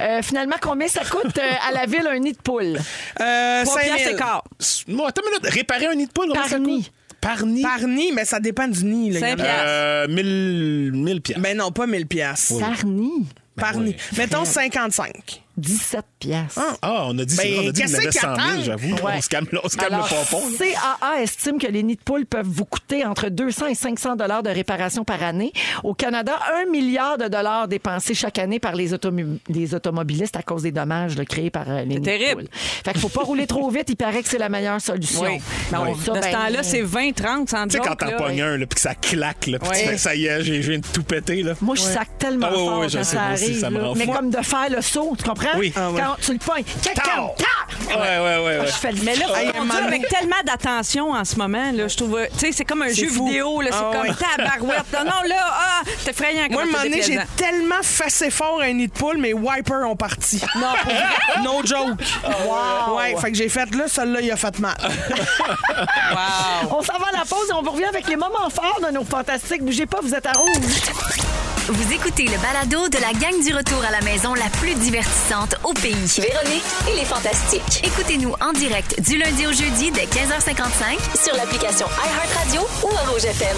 Euh, finalement, combien ça coûte euh, à la ville un nid de poule? Euh, Trois 5 000. piastres et quart. Bon, attends une minute. Réparer un nid de poule, comment Par ça coûte? nid. Par nid. Par nid, mais ça dépend du nid. Là, il y en a- Cinq piastres. Euh, 1000 1000 piastres. Ben non, pas 1000 piastres. Sarny, Par Ben nid. oui. Mettons 55. 17 piastres. Ah, on a dit, Ben, c'est vrai, on a dit qu'il y en avait qu'est-ce 100 000, qu'il j'avoue. Ouais. On se calme, on se calme Alors, le pompon. là. CAA estime que les nids de poules peuvent vous coûter entre 200 et 500 dollars de réparation par année. Au Canada, un milliard de dollars dépensés chaque année par les, automo- les automobilistes à cause des dommages là, créés par euh, les nids de terrible. poules. Fait qu'il faut pas rouler trop vite. Il paraît que c'est la meilleure solution. Oui. Ben, on- Donc, ça, de ce ben, temps-là, c'est 20, 30, sans Tu sais, joke, quand t'en là. pognes un, là, puis que ça claque, là, puis tu Ouais. fais que ça y est, j'ai je viens de tout péter. Là. Moi, je sac tellement Ah oui, oui, fort oui, je quand sais, ça moi aussi, arrive. ça me là. rend Mais fou. comme de faire le saut, tu comprends? Oui. Ah ouais. Quand tu le pognes, quelqu'un, Tao! tao! Ouais, ouais, ouais. ouais. Je fais le Mais là, Hey, on conduit Manon. avec tellement d'attention en ce moment, là, je trouve, euh, tu sais, c'est comme un jeu fou. vidéo, là, c'est Ah comme ouais. tabarouette. Non, non, là, ah, c'est effrayant. Moi, à comment un moment c'est donné, j'ai déplaisant. tellement fassé fort un nid de poule, mes wipers ont parti. Non, pour vrai. No joke. Ouais, fait que j'ai fait là, celui-là, il a fait mal. Wow. On s'en va à la pause et on vous revient avec les moments forts de nos fantastiques. Bougez pas, vous êtes à rouge. Vous écoutez le balado de la gang du retour à la maison la plus divertissante au pays. Véronique et les Fantastiques. Écoutez-nous en direct du lundi au jeudi dès 15h55 Sur l'application iHeartRadio ou à Rouge FM.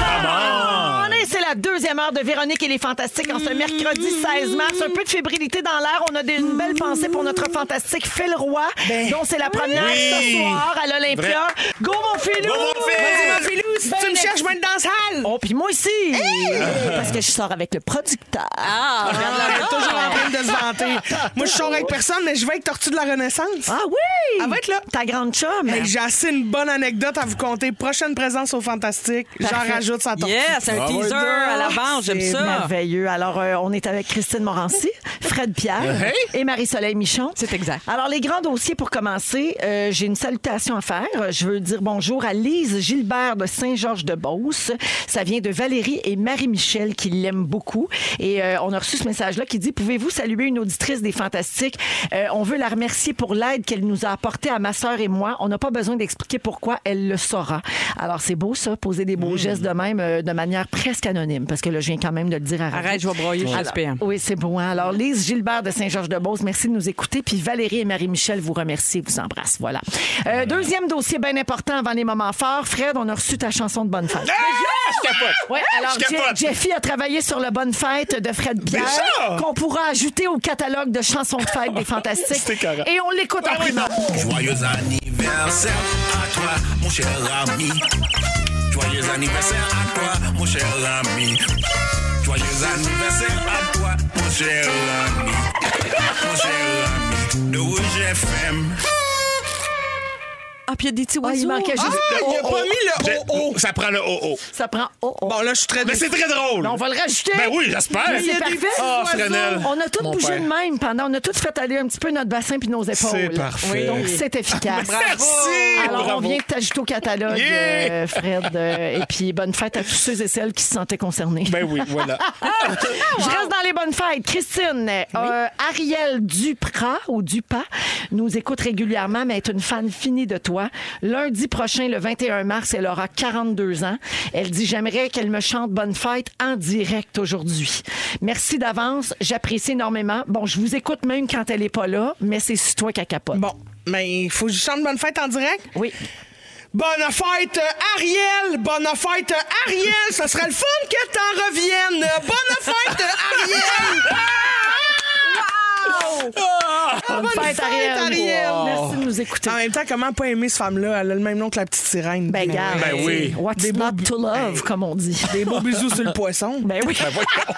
Ah, On est, c'est la deuxième heure de Véronique et les Fantastiques en ce mercredi 16 mars. Un peu de fébrilité dans l'air. On a des- une belle pensée pour notre fantastique Phil Roy, dont c'est la première Oui. ce soir à l'Olympia. Go mon Philou! Go, mon Phil! Vas-y, mon Philou! Si Ben, tu me cherches, je vais être dans la salle. Oh, puis moi aussi! Parce que je sors avec le producteur. Ah, Elle est toujours en train de se vanter. Moi, je sors avec personne, mais je vais avec Tortue de la Renaissance. Ah oui! Elle va être là. Ta grande chum. Hey, J'ai assez une bonne anecdote à vous conter. Prochaine présence au Fantastique. J'en rajoute hein. sa tortue. yes, Ah un teaser à l'avance, j'aime C'est ça. merveilleux. Alors, euh, on est avec Christine Morancy, Fred Pierre Hey! et Marie-Soleil Michon. C'est exact. Alors, les grands dossiers pour commencer, euh, j'ai une salutation à faire. Je veux dire bonjour à Lise Gilbert de Saint-Georges-de-Beauce. Ça vient de Valérie et Marie-Michel qui l'aiment beaucoup. Et euh, on a reçu ce message-là qui dit Pouvez-vous saluer une auditrice des Fantastiques Euh, On veut la remercier pour l'aide qu'elle nous a apportée à ma sœur et moi. On n'a pas besoin d'expliquer pourquoi, elle le saura. Alors, c'est beau, ça, poser des Hmm. beaux gestes de même, euh, de manière presque anonyme, parce que là, je viens quand même de le dire à radio. Arrête, je vais broyer chez SPM. Oui, c'est beau. hein? Alors, Lise Gilbert de Saint-Georges-de-Beauce, merci de nous écouter. Puis Valérie et Marie-Michel vous remercient, vous embrassent. Voilà. Euh, deuxième dossier bien important avant les moments forts. Fred, on a reçu ta chanson de Bonne Fête. Ah, Je capote. Ouais, alors, Je Je- capote. Jeffy a travaillé sur le Bonne Fête de Fred Pierre, Déjà? qu'on pourra ajouter au catalogue de chansons de fête des C'était Fantastiques. carré. Et on l'écoute en primeur. Joyeux anniversaire à toi, mon cher ami. Joyeux anniversaire à toi, mon cher ami. Joyeux anniversaire à toi, mon cher ami. Mon cher ami de Rouge FM. Ah, puis il y a des petits Ah, il oiseaux. manquait juste. Ah, il a Oh, pas oh. mis le oh, oh. Ça prend le oh oh. Ça prend. Oh, oh. Bon, là, je suis très Mais c'est très drôle. On va le rajouter. Ben oui, j'espère. Mais Il y a C'est des parfait. petits Ah, oiseaux. Fresnel. On a tous Mon bougé père. de même pendant. On a tous fait aller un petit peu notre bassin puis nos épaules. C'est parfait. Oui, donc, c'est efficace. Merci. Ah, Alors, bravo. on vient de t'ajouter au catalogue, Yeah. euh, Fred. euh, et puis, bonne fête à tous ceux et celles qui se sentaient concernés. Ben oui, voilà. Ah, Je reste dans les bonnes fêtes. Christine, euh, Ariel Duprat ou Dupas nous écoute régulièrement, mais est une fan finie de toi. Lundi prochain, le 21 mars, elle aura 42 ans. Elle dit J'aimerais qu'elle me chante Bonne fête en direct aujourd'hui. Merci d'avance, j'apprécie énormément. Bon, je vous écoute même quand elle n'est pas là, mais c'est sur toi qu'elle capote. Bon, mais il faut que je chante bonne fête en direct. Oui. Bonne fête euh, Ariel, bonne fête euh, Ariel, ce serait le fun que t'en reviennes. Euh, Bonne fête euh, Ariel. Ah, Bonne fête, Ariel. Ah, Merci de nous écouter. En même temps, comment pas aimer cette femme-là? Elle a le même nom que la petite sirène. Ben, garde. Ben oui. What's Des not beaux- to love, comme on dit. Des beaux bisous sur le poisson. Ben oui.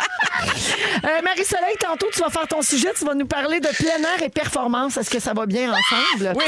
Euh, Marie-Soleil, tantôt, tu vas faire ton sujet. Tu vas nous parler de plein air et performance. Est-ce que ça va bien ensemble? Oui.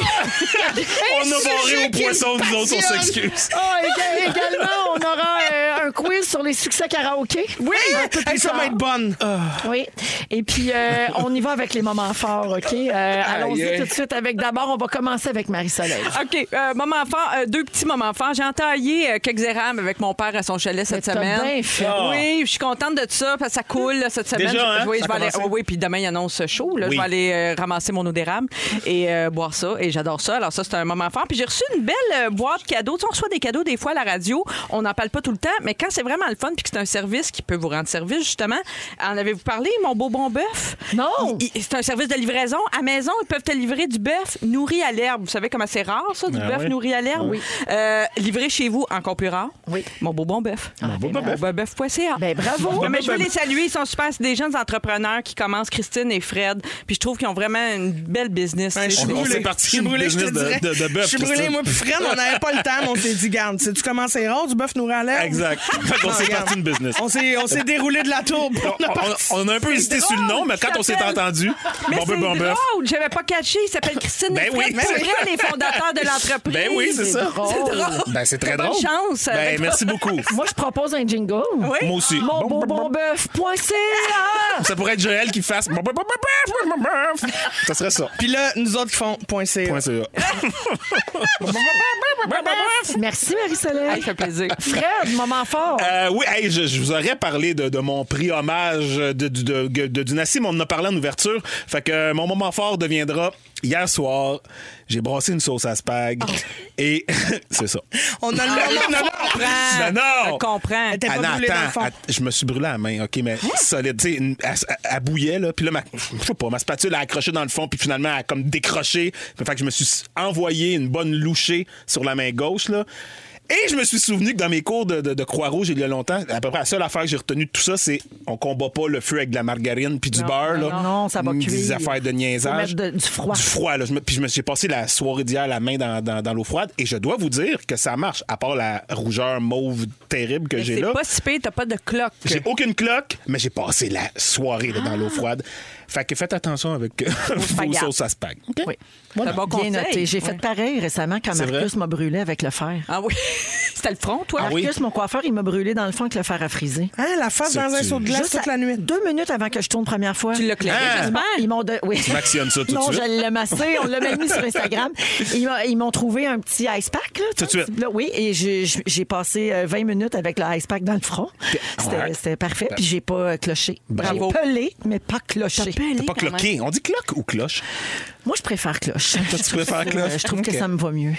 on a barré au poisson, nous autres, on s'excuse. Oh, également, on aura euh, un quiz sur les succès karaoké. Oui! Un peu plus Hey, ça tard. va être bonne. Ah, Hein, Oui. Et puis, euh, on y va avec les moments forts, OK? Euh, Allons-y tout de suite avec d'abord, on va commencer avec Marie-Soleil. Ah, OK, euh, maman fort, euh, deux petits moments forts. J'ai entaillé euh, quelques érables avec mon père à son chalet cette t'as semaine. bien fait. Oui, je suis contente de ça parce que ça coule là, cette semaine. Ah. Déjà, Je- hein? oui, je Ça vais a aller, commencé? oui, puis demain il annonce chaud. là. Oui. Je vais aller euh, ramasser mon eau d'érable et euh, boire ça et j'adore ça. Alors ça c'est un moment fort. Puis j'ai reçu une belle euh, boîte cadeau. Tu sais, on reçoit des cadeaux des fois à la radio, on n'en parle pas tout le temps, mais quand c'est vraiment le fun puis que c'est un service qui peut vous rendre service justement, en avez-vous parlé mon beau bon bœuf Non. Il- il- C'est un service de livraison. À maison, ils peuvent te livrer du bœuf nourri à l'herbe. Vous savez comment c'est rare, ça, du Ah bœuf oui. nourri à l'herbe? Euh, livré chez vous, encore plus rare. Oui. Ah. Mon beau bon bœuf. ben, Mon beau bon bœuf. bœuf.ca. Ben, bravo. Non, mais je veux les saluer. Ils sont super. C'est des jeunes entrepreneurs qui commencent, Christine et Fred. Puis je trouve qu'ils ont vraiment une belle business. Ben, je suis On- on brûlée. s'est parti Je suis une brûlée, je te business de- dirais. de- de bœuf, Je suis Christine. brûlée, moi, puis Fred, on n'avait pas le temps, mais on s'est dit, garde, sais-tu comment c'est rare du bœuf nourri à l'herbe? Exact. Fait qu'on Non, s'est regarde. parti une business. On s'est, on s'est déroulé de la tour. pour On, la on- partie. on a un peu hésité sur le nom, mais quand on s'est s'appelle- entendu, Mais bon c'est bœuf, bon bœuf. drôle, j'avais pas catché. Ils s'appellent Christine Ben et Fred. oui. C'est vrai, les fondateurs de l'entreprise. Ben oui, c'est ça. C'est Ben c'est très Bonne drôle. chance. Ben Avec- merci beaucoup. Moi, je propose un jingle. Oui. Moi aussi. Mon beau bon bœuf. point CA. Ça pourrait être Joël qui fasse. bon bœuf, bon bœuf, bon bœuf. Ça serait ça. Puis là, nous autres qui font point C. Point sur- Merci, Marie-Soleil. Hey, ça fait plaisir. Ben, Fred, moment fort. Euh, Euh, oui, hey, je, je vous aurais parlé de, de mon prix hommage de, de, de, de Dunassi, mais on en a parlé en ouverture. Fait que euh, mon moment fort deviendra hier soir, j'ai brassé une sauce à spag et c'est ça. On a le moment Ah, non, fort. non, non. Je comprends. T'es pas Anna, brûlé dans le attends, fond. att- je me suis brûlé la main, OK, Hein? mais solide. Tu sais, une- elle, s- elle bouillait, là, puis là, ma, je sais pas, ma spatule a accroché dans le fond, puis finalement, elle a comme décroché. Fait que je me suis s- envoyé une bonne louchée sur la main gauche, là. Et je me suis souvenu que dans mes cours de, de, de Croix-Rouge il y a longtemps, à peu près la seule affaire que j'ai retenue de tout ça, c'est on combat pas le feu avec de la margarine puis du beurre. non, là. non, ça va Des cuire. affaires de niaisage. Faut mettre de- du froid. Du froid. Là. Je me- Puis je me suis passé la soirée d'hier la main dans, dans- dans l'eau froide et je dois vous dire que ça marche, à part la rougeur mauve terrible que j'ai C'est là. pas si pire, t'as pas de cloque. J'ai aucune cloque, mais j'ai passé la soirée là, dans l'eau Ah! froide. Fait que faites attention avec vos spaghettis. sauces à spag. OK? Oui. C'est un bon Bien conseil. noté. J'ai fait Ouais. pareil récemment quand C'est vrai? Marcus m'a brûlé avec le fer. Ah oui. C'était le front, toi? Ah oui? Marcus, mon coiffeur, il m'a brûlé dans le fond avec le fer à friser. Hein, la face dans un tu- seau de glace Juste toute à- la nuit. Deux minutes avant que je tourne première fois. Tu l'as clairé, Ah! j'espère. Ils m'ont don- oui. Tu m'actionnes ça tout de non, suite. je l'ai massé. On l'a même mis sur Instagram. Ils m'ont- Ils m'ont trouvé un petit ice pack. Là, Tout de suite. Là, oui, et j'ai- j'ai j'ai passé euh, 20 minutes avec le ice pack dans le front. C'était ouais. c'était parfait. Puis j'ai pas euh, cloché. J'ai Bravo. pelé, mais pas cloché. T'as pas cloqué. On dit cloque ou cloche? Moi, je préfère cloche. Toi, tu préfères cloche? Euh, Je trouve Ok. Ah. que ça me va mieux.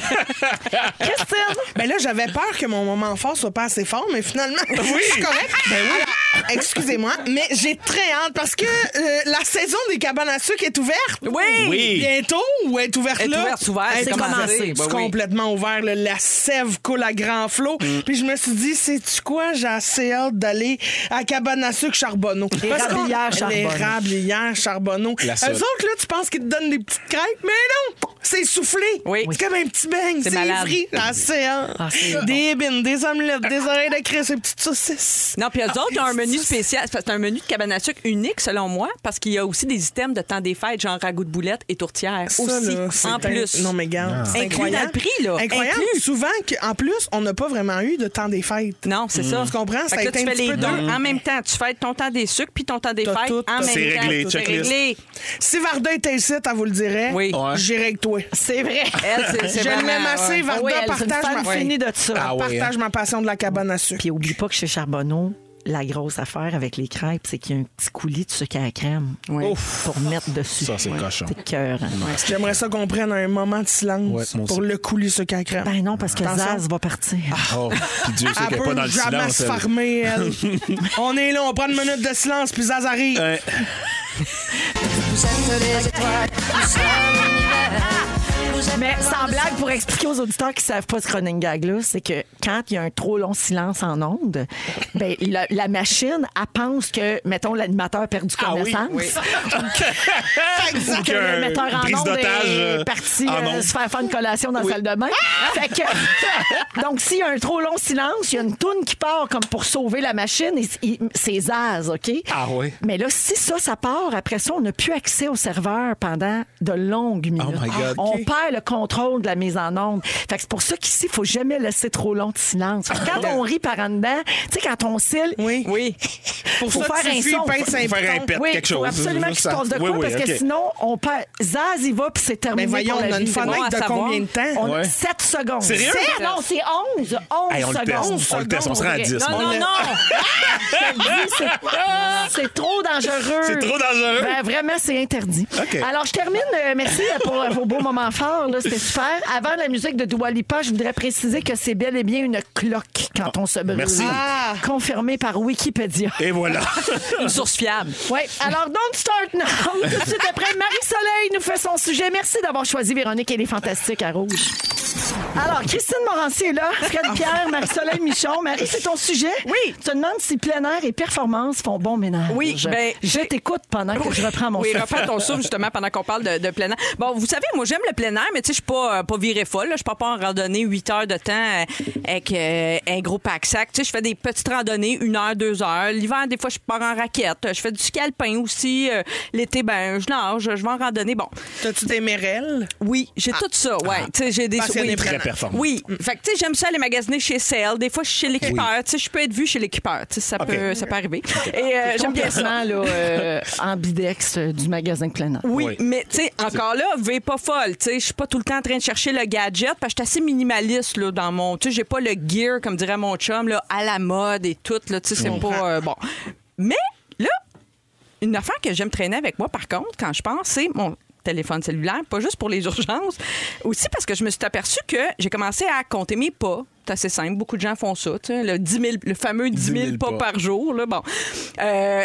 Christine! Ben là, j'avais peur que mon moment fort soit pas assez fort, mais finalement, je suis correcte. Ben Alors, Excusez-moi, mais j'ai très hâte parce que euh, la saison des cabanes à sucre est ouverte. Oui! Oui. Bientôt ou est ouverte Elle est là? ouverte, ouverte, Elle c'est est commencé. commencée. Ben C'est oui. complètement ouvert. là. La sève coule à grand flot. Mm. Puis je me suis dit, sais-tu quoi? J'ai assez hâte d'aller à cabane à sucre Charbonneau. Parce qu'on- Rablières Charbonneau. Les rablières Charbonneau. La Eux seule. autres, là, tu penses qu'ils te donnent des petites crêpes, mais non! C'est soufflé. Oui. C'est comme un petit beigne. C'est C'est malade. frit. Ah, c'est hein. Ah, c'est bon. Des bines, des omelettes, des oreilles de crêpes, des petites saucisses. Non, puis eux autres, ils ont un menu spécial. C'est un menu de cabane à sucre unique, selon moi, parce qu'il y a aussi des items de temps des fêtes, genre ragoût de boulettes et tourtière. Ça, aussi, là, c'est en un- plus. Non, mais gars, c'est Inclus dans incroyable. le prix, là. Incroyable. Inclus. Souvent, que- en plus, on n'a pas vraiment eu de temps des fêtes. Non, c'est ça. Mm. Tu comprends? Ça Fait a que là, tu été un fais petit les peu deux dingue. en même temps. Tu fêtes ton temps des sucres puis ton temps des T'as fêtes tout, en t'as- même C'est temps. réglé, C'est checklist. réglé. Si Varda était ici, elle vous le dirait. Oui. Ouais. J'irai avec toi. C'est vrai. Elle, c'est- c'est Je vraiment- l'aime assez, ouais. Varda. Ah oui, elle, c'est une partage, fan ma... finie de ça. Ah ouais, partage ma passion de la cabane à sucre. Puis oublie pas que chez Charbonneau, la grosse affaire avec les crêpes, c'est qu'il y a un petit coulis de sucre à la crème pour mettre dessus. Ça, c'est cochon. C'est cœur. hein. J'aimerais ça qu'on prenne un moment de Ouais, silence moi aussi. pour le coulis ce qu'elle crème. Ben non, parce que Zaz va partir. Oh, puis Dieu sait Elle qu'elle est pas peut dans le jamais silence. se elle. farmer, elle. on est là, on prend une minute de silence, puis Zaz arrive. Euh, Mais sans blague, pour expliquer aux auditeurs qui savent pas ce running gag-là, c'est que quand il y a un trop long silence en onde, ben, la, la machine, elle pense que, mettons, l'animateur perd du Ah oui, connaissance. Ou Ou que qu'un le metteur en prise onde d'otage, euh, est parti en euh, onde. se faire faire une collation dans Oui. Ah! la salle de bain. Fait que- donc, s'il y a un trop long silence, il y a une toune qui part comme pour sauver la machine. et il- C'est Zaz, OK? Ah oui. Mais là, si ça, ça part, après ça, on n'a plus accès au serveur pendant de longues minutes. Oh my God. On perd le contrôle de la mise en onde. Fait que c'est pour ça qu'ici, il faut jamais laisser trop long de silence. Fait que quand Ah. on rit par en dedans, tu sais, quand on cille, Oui. Oui. Pour faut ça, faire tu un suis son. pince un Faire un piton. pet, Oui, quelque faut chose. absolument qu'il se passe de Oui, quoi, oui, parce ok. que sinon, on perd. Zaz, il va, puis c'est terminé. Ben voyons, pour la on a une vie. bon fenêtre à de savoir. combien de temps? On Ouais. a 7 secondes. Sérieux? Sept? Non, c'est 11. 11 Hey, on le secondes. teste. On le 11 secondes, teste, on se rend à vrai. 10. Non, On non, l'a- non. Je le dis, c'est- C'est trop dangereux. C'est trop dangereux. Ben, vraiment, c'est interdit. OK. Alors, je termine. euh, merci pour vos beaux moments forts. là. C'était super. Avant la musique de Dua Lipa, je voudrais préciser que c'est bel et bien une cloque quand on se brûle. merci. Ah! Confirmé par Wikipédia. Et voilà. Une source fiable. Oui, alors Don't Start Now. Tout de suite après, Marie-Soleil nous fait son sujet. Merci d'avoir choisi Véronique et les Fantastiques à Rouge. Alors, Christine Morancy est là, Fred Pierre, Marie-Soleil Michon. Marie, c'est ton sujet. Oui. Tu te demandes si plein air et performance font bon ménage. Oui, ben, Je j'ai- t'écoute pendant que je reprends mon Oui, souffle. reprends ton souffle, justement, pendant qu'on parle de, de plein air. Bon, vous savez, moi, j'aime le plein air, mais tu sais, je suis pas, euh, pas virée folle. là. Je pars pas en randonnée 8 heures de temps euh, avec euh, un gros pack-sac. Tu sais, je fais des petites randonnées, une heure, deux heures. L'hiver, des fois, je pars en raquette. Je fais du ski alpin aussi. Euh, L'été, ben, je nage, je vais en randonnée. Bon, T'as-tu des mérelles? oui, j'ai tout ça, ouais. Tu sais, j'ai des... Passionné oui. plein air. Très performant. Oui. Fait que, tu sais, j'aime ça aller magasiner chez Sale. Des fois, je suis chez l'équipeur. Tu sais, je peux être vue chez l'équipeur. Tu sais, ça, Ok. peut, ça peut arriver. Et euh, j'aime bien ça. Complètement, là, euh, ambidex euh, du magasin plein air. Oui, Oui. mais tu sais, encore là, vais pas folle. Tu sais, je suis pas tout le temps en train de chercher le gadget parce que je suis assez minimaliste là, dans mon. Tu sais, j'ai pas le gear, comme dirait mon chum, là, à la mode et tout. Là, tu sais, c'est pas. euh, bon. Mais là, une affaire que j'aime traîner avec moi, par contre, quand je pense, c'est mon téléphone cellulaire, pas juste pour les urgences, aussi parce que je me suis aperçue que j'ai commencé à compter mes pas. C'est assez simple, beaucoup de gens font ça, tu sais, le, 10 000 le fameux 10 000, 10 000 pas, pas. par jour. Là, bon. Euh,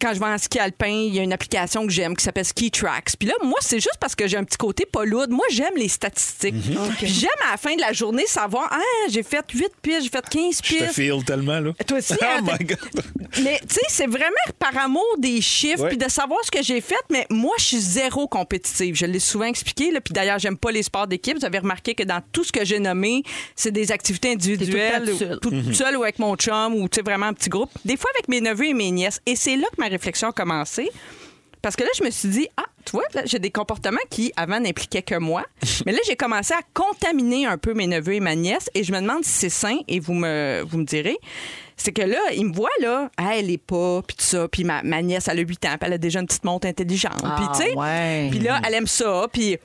quand je vais en ski alpin, il y a une application que j'aime qui s'appelle Ski Tracks. Puis là, moi, c'est juste parce que j'ai un petit côté pas lourd. Moi, j'aime les statistiques. Mhm. Puis J'aime à la fin de la journée savoir, ah, j'ai fait 8 pistes, j'ai fait 15 Je te pistes. feel tellement, là. Toi aussi, Oh hein, my t'es- God. Mais tu sais, c'est vraiment par amour des chiffres Ouais. puis de savoir ce que j'ai fait. Mais moi, je suis zéro compétitive. Je l'ai souvent expliqué. Là, puis d'ailleurs, j'aime pas les sports d'équipe. Vous avez remarqué que dans tout ce que j'ai nommé, c'est des activités individuelles, T'es toute seule. ou- toute seule ou avec mon chum ou tu sais vraiment un petit groupe. Des fois avec mes neveux et mes nièces. Et c'est là que ma réflexion a commencé. Parce que là, je me suis dit, ah, tu vois, là, j'ai des comportements qui, avant, n'impliquaient que moi. Mais là, j'ai commencé à contaminer un peu mes neveux et ma nièce. Et je me demande si c'est sain, et vous me, vous me direz. C'est que là, ils me voient, là, Ah, elle est pas, puis tout ça. Puis ma, ma nièce, elle a 8 ans, puis elle a déjà une petite montre intelligente. puis tu sais, Ah, ouais. puis là, elle aime ça. Puis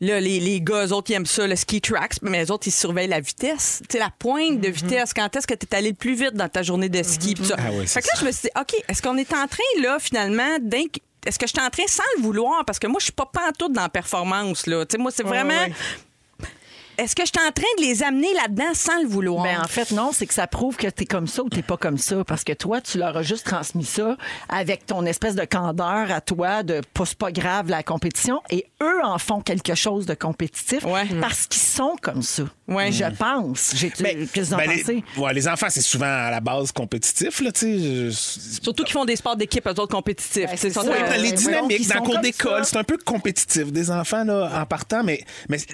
là, les, les gars, eux autres, ils aiment ça, le ski tracks, mais les autres, ils surveillent la vitesse. Tu sais, la pointe de vitesse. Quand est-ce que tu es allé le plus vite dans ta journée de ski? pis ça. Mhm. Ah ouais, c'est fait que là, je me suis dit, OK, est-ce qu'on est en train, là, finalement, d'inc- Est-ce que je suis en train sans le vouloir? Parce que moi, je suis pas pantoute dans la performance, là. Tu sais, moi, c'est vraiment. ouais. Est-ce que je suis en train de les amener là-dedans sans le vouloir? Ben, en fait, non, c'est que ça prouve que t'es comme ça ou t'es pas comme ça. Parce que toi, tu leur as juste transmis ça avec ton espèce de candeur à toi de pas, c'est pas grave la compétition. Et eux en font quelque chose de compétitif Ouais. parce qu'ils sont comme ça. Ouais. Je pense. J'ai, qu'est-ce que vous en Ben, pensez? les, ouais, les enfants, c'est souvent à la base compétitif, là, tu sais. je- Surtout euh, qu'ils font des sports d'équipe, eux autres compétitifs. Ben, Tu sais, c'est ils sont ça. Ouais, pas- dans les ouais, dynamiques, donc, ils dans le sont cours comme d'école, ça. c'est un peu compétitif des enfants là, en partant, mais, mais tu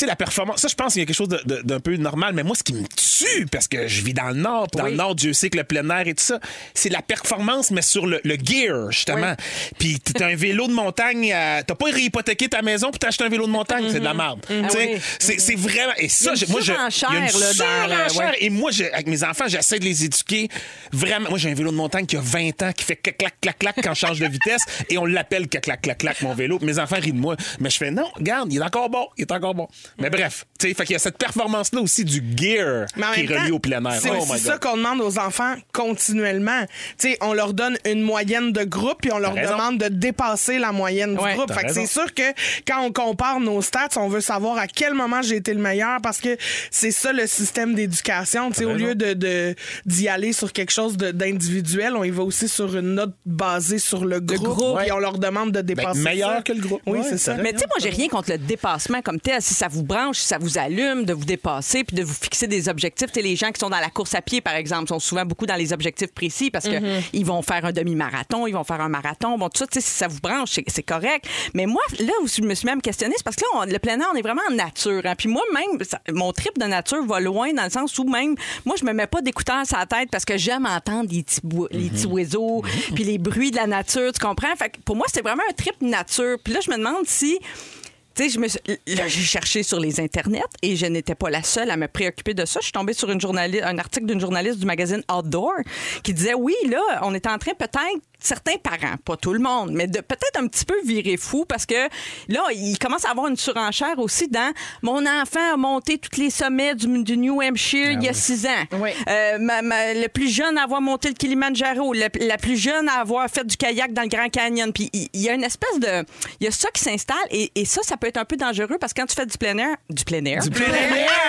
sais, la performance, ça, je pense qu'il y a quelque chose de- de- d'un peu normal, mais moi, ce qui me tue, parce que je vis dans le Nord, puis dans le Nord, Dieu sait que le plein air et tout ça, c'est la performance, mais sur le, le gear, justement. Puis t'as un vélo de montagne, à- t'as pas réhypothéqué ta maison, puis t'as acheté un vélo de montagne, c'est de la merde. Tu sais, Ah oui. c'est- C'est vraiment. Et ça, Il y a une je- moi, je. surenchère, il y a une là, dans le- ouais. surenchère et moi, j'ai- avec mes enfants, j'essaie de les éduquer. Vraiment, moi, j'ai un vélo de montagne qui a 20 ans, qui fait clac, clac, clac, clac quand je change de vitesse. Et on l'appelle clac, clac, clac, clac, mon vélo. Mes enfants rient de moi. Mais je fais, non, regarde, il est encore bon, il est encore bon. Mais bref, tu sais, fait qu'il y a cette performance-là aussi du gear Mais en qui est même temps, relié au plein air. C'est Oh aussi my ça God. qu'on demande aux enfants continuellement. Tu sais, on leur donne une moyenne de groupe puis on leur T'as raison. demande de dépasser la moyenne Ouais, du groupe. t'as Fait que raison. c'est sûr que quand on compare nos stats, on veut savoir à quel moment j'ai été le meilleur parce que c'est ça le système d'éducation. Tu sais, au raison. lieu de de- d'y aller sur quelque chose de- d'individuel, on y va aussi sur une note basée sur le groupe, groupe. et on leur demande de dépasser. Ben, meilleur ça. que le groupe. Oui, Ouais, c'est ça. t'as Mais tu sais, moi, j'ai rien contre le dépassement comme tel. Si ça vous branche, si ça vous allume, de vous dépasser, puis de vous fixer des objectifs. Tu sais, les gens qui sont dans la course à pied, par exemple, sont souvent beaucoup dans les objectifs précis parce que ils vont faire un demi-marathon, ils vont faire un marathon. Bon, tout ça, tu sais, si ça vous branche, c'est- c'est correct. Mais moi, là où je me suis même questionnée, c'est parce que là, on- le plein air, on est vraiment en nature. hein. Puis moi, même, ça- mon trip de nature va loin dans le sens où même, moi, je me mets pas d'écouteurs sur la tête parce que j'aime entendre les petits, bou- les petits oiseaux, puis les bruits de la nature, tu comprends? Fait que pour moi, c'est vraiment un trip nature. Puis là, je me demande si... Tu sais, je me suis- là, j'ai cherché sur les internets et je n'étais pas la seule à me préoccuper de ça. Je suis tombée sur une journaliste, un article d'une journaliste du magazine Outdoor qui disait oui, là, on est en train peut-être certains parents, pas tout le monde, mais de peut-être un petit peu virer fou parce que là, il commence à avoir une surenchère aussi dans mon enfant a monté tous les sommets du, du New Hampshire il y a six ans. Ah Oui. Euh, ma- ma- le plus jeune à avoir monté le Kilimanjaro, le- la plus jeune à avoir fait du kayak dans le Grand Canyon. Puis il il y, a une espèce de. Il y a ça qui s'installe et, et ça, ça peut être un peu dangereux parce que quand tu fais du plein air. Du plein air. Du plein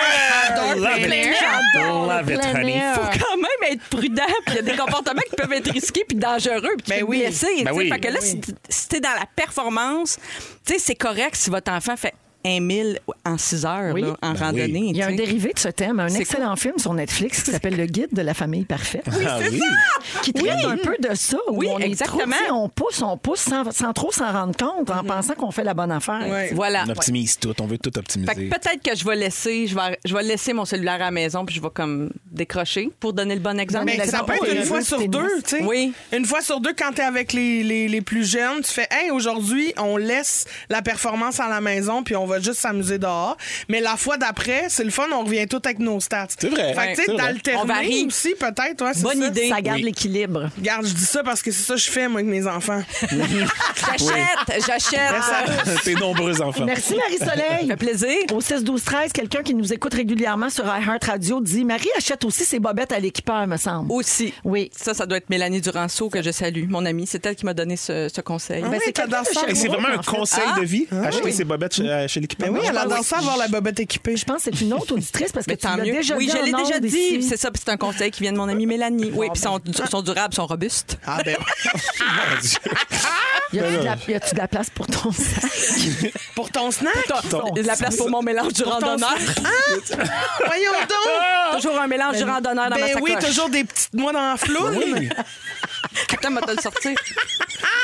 air! I love it. I love it, honey. faut quand même être prudent, puis il y a des comportements qui peuvent être risqués puis dangereux, puis tu Ben peux te oui. blesser, tu Ben sais. oui. Fait que là, si t- si t'es dans la performance, tu sais, c'est correct si votre enfant fait un mille en 6 heures Oui. là, Ben en oui. randonnée. Il y a un tu sais. dérivé de ce thème, un C'est excellent film sur Netflix qui s'appelle Le Guide de la famille parfaite. Ah oui. qui traite un peu de ça. où Oui, on est exactement. trop, tu sais, on pousse, on pousse sans, sans trop s'en rendre compte en pensant qu'on fait la bonne affaire. Ouais. Voilà. On optimise tout, on veut tout Fait que optimiser. peut-être que je vais laisser, je vais, je vais laisser mon cellulaire à la maison puis je vais comme décrocher pour donner le bon exemple. Mais ça peut être il y a une un fois jeu de sur tennis. deux, tu sais. Oui. Une fois sur deux, quand t'es avec les, les, les plus jeunes, tu fais, hey, aujourd'hui, on laisse la performance à la maison, puis on va juste s'amuser dehors. Mais la fois d'après, c'est le fun, on revient tout avec nos stats. C'est vrai. Fait que, tu Ouais, sais, c'est vrai. On d'alterner varie. aussi, peut-être. ouais, c'est Bonne ça. idée. Ça garde l'équilibre. Regarde, je dis ça parce que c'est ça que je fais, moi, avec mes enfants. J'achète, j'achète. Ça T'es nombreux enfants. Merci, Marie-Soleil. fait plaisir. Au 6 12 13 quelqu'un qui nous écoute régulièrement sur iHeart Radio dit Marie achète aussi ses bobettes à l'équipeur, me semble. Aussi. Oui. Ça, ça doit être Mélanie Duranceau que je salue, mon amie. C'est elle qui m'a donné ce, ce conseil. Ben, oui, c'est t'as quelqu'un dans de ça. Et c'est Sherbrooke, vraiment un en fait. conseil de vie, acheter ses bobettes chez, euh, chez l'équipement. Mais Ben oui, elle Ah adore ça avoir la bobette équipée. Je pense que c'est une autre auditrice parce que Mais tu tant l'as mieux. déjà oui, dit. je l'ai en déjà ondes dit. ici. C'est ça, puis c'est un conseil qui vient de mon amie Mélanie. Oui, puis ben. ils sont, sont durables, sont robustes. Ah, ben, Y a-tu de la- y a-tu de la place pour ton sac? pour ton snack. La place pour mon mélange du Pour ton randonneur. snack. Ah! Voyons donc! Ah! Toujours un mélange du randonneur dans ma Ben sacoche. oui, toujours des petites noix dans la floune. Oui. Attends, va te le sortir.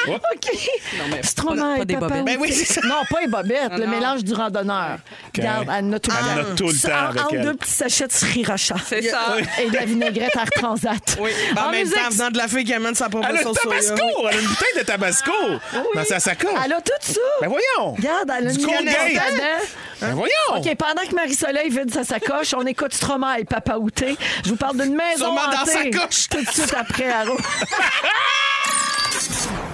OK. mais Stromae, pas- pas des papa. bobettes. Ben oui, c'est ça. Non, pas les bobettes, le non. mélange du randonneur. Regarde, elle en a tout le Elle en temps. a tout le Ça, temps avec en, en elle. deux petits sachets de sriracha. C'est ça. Et de la vinaigrette Art Transat. Oui. Ben, en En même musique, temps, venant de la fille qui amène sa propre Elle a le sauce soya. tabasco! Elle a une bouteille de tabasco Ah dans sa sacoche. Elle a tout ça. Ben voyons! Regarde, elle a Du une Colgate. canette là-dedans. Ben voyons! OK, pendant que Marie-Soleil vide sa sacoche, on écoute Stromae et Papa Outé. Je vous parle d'une maison Sûrement dans hantée. sa coche. Tout de suite après, à Rouge.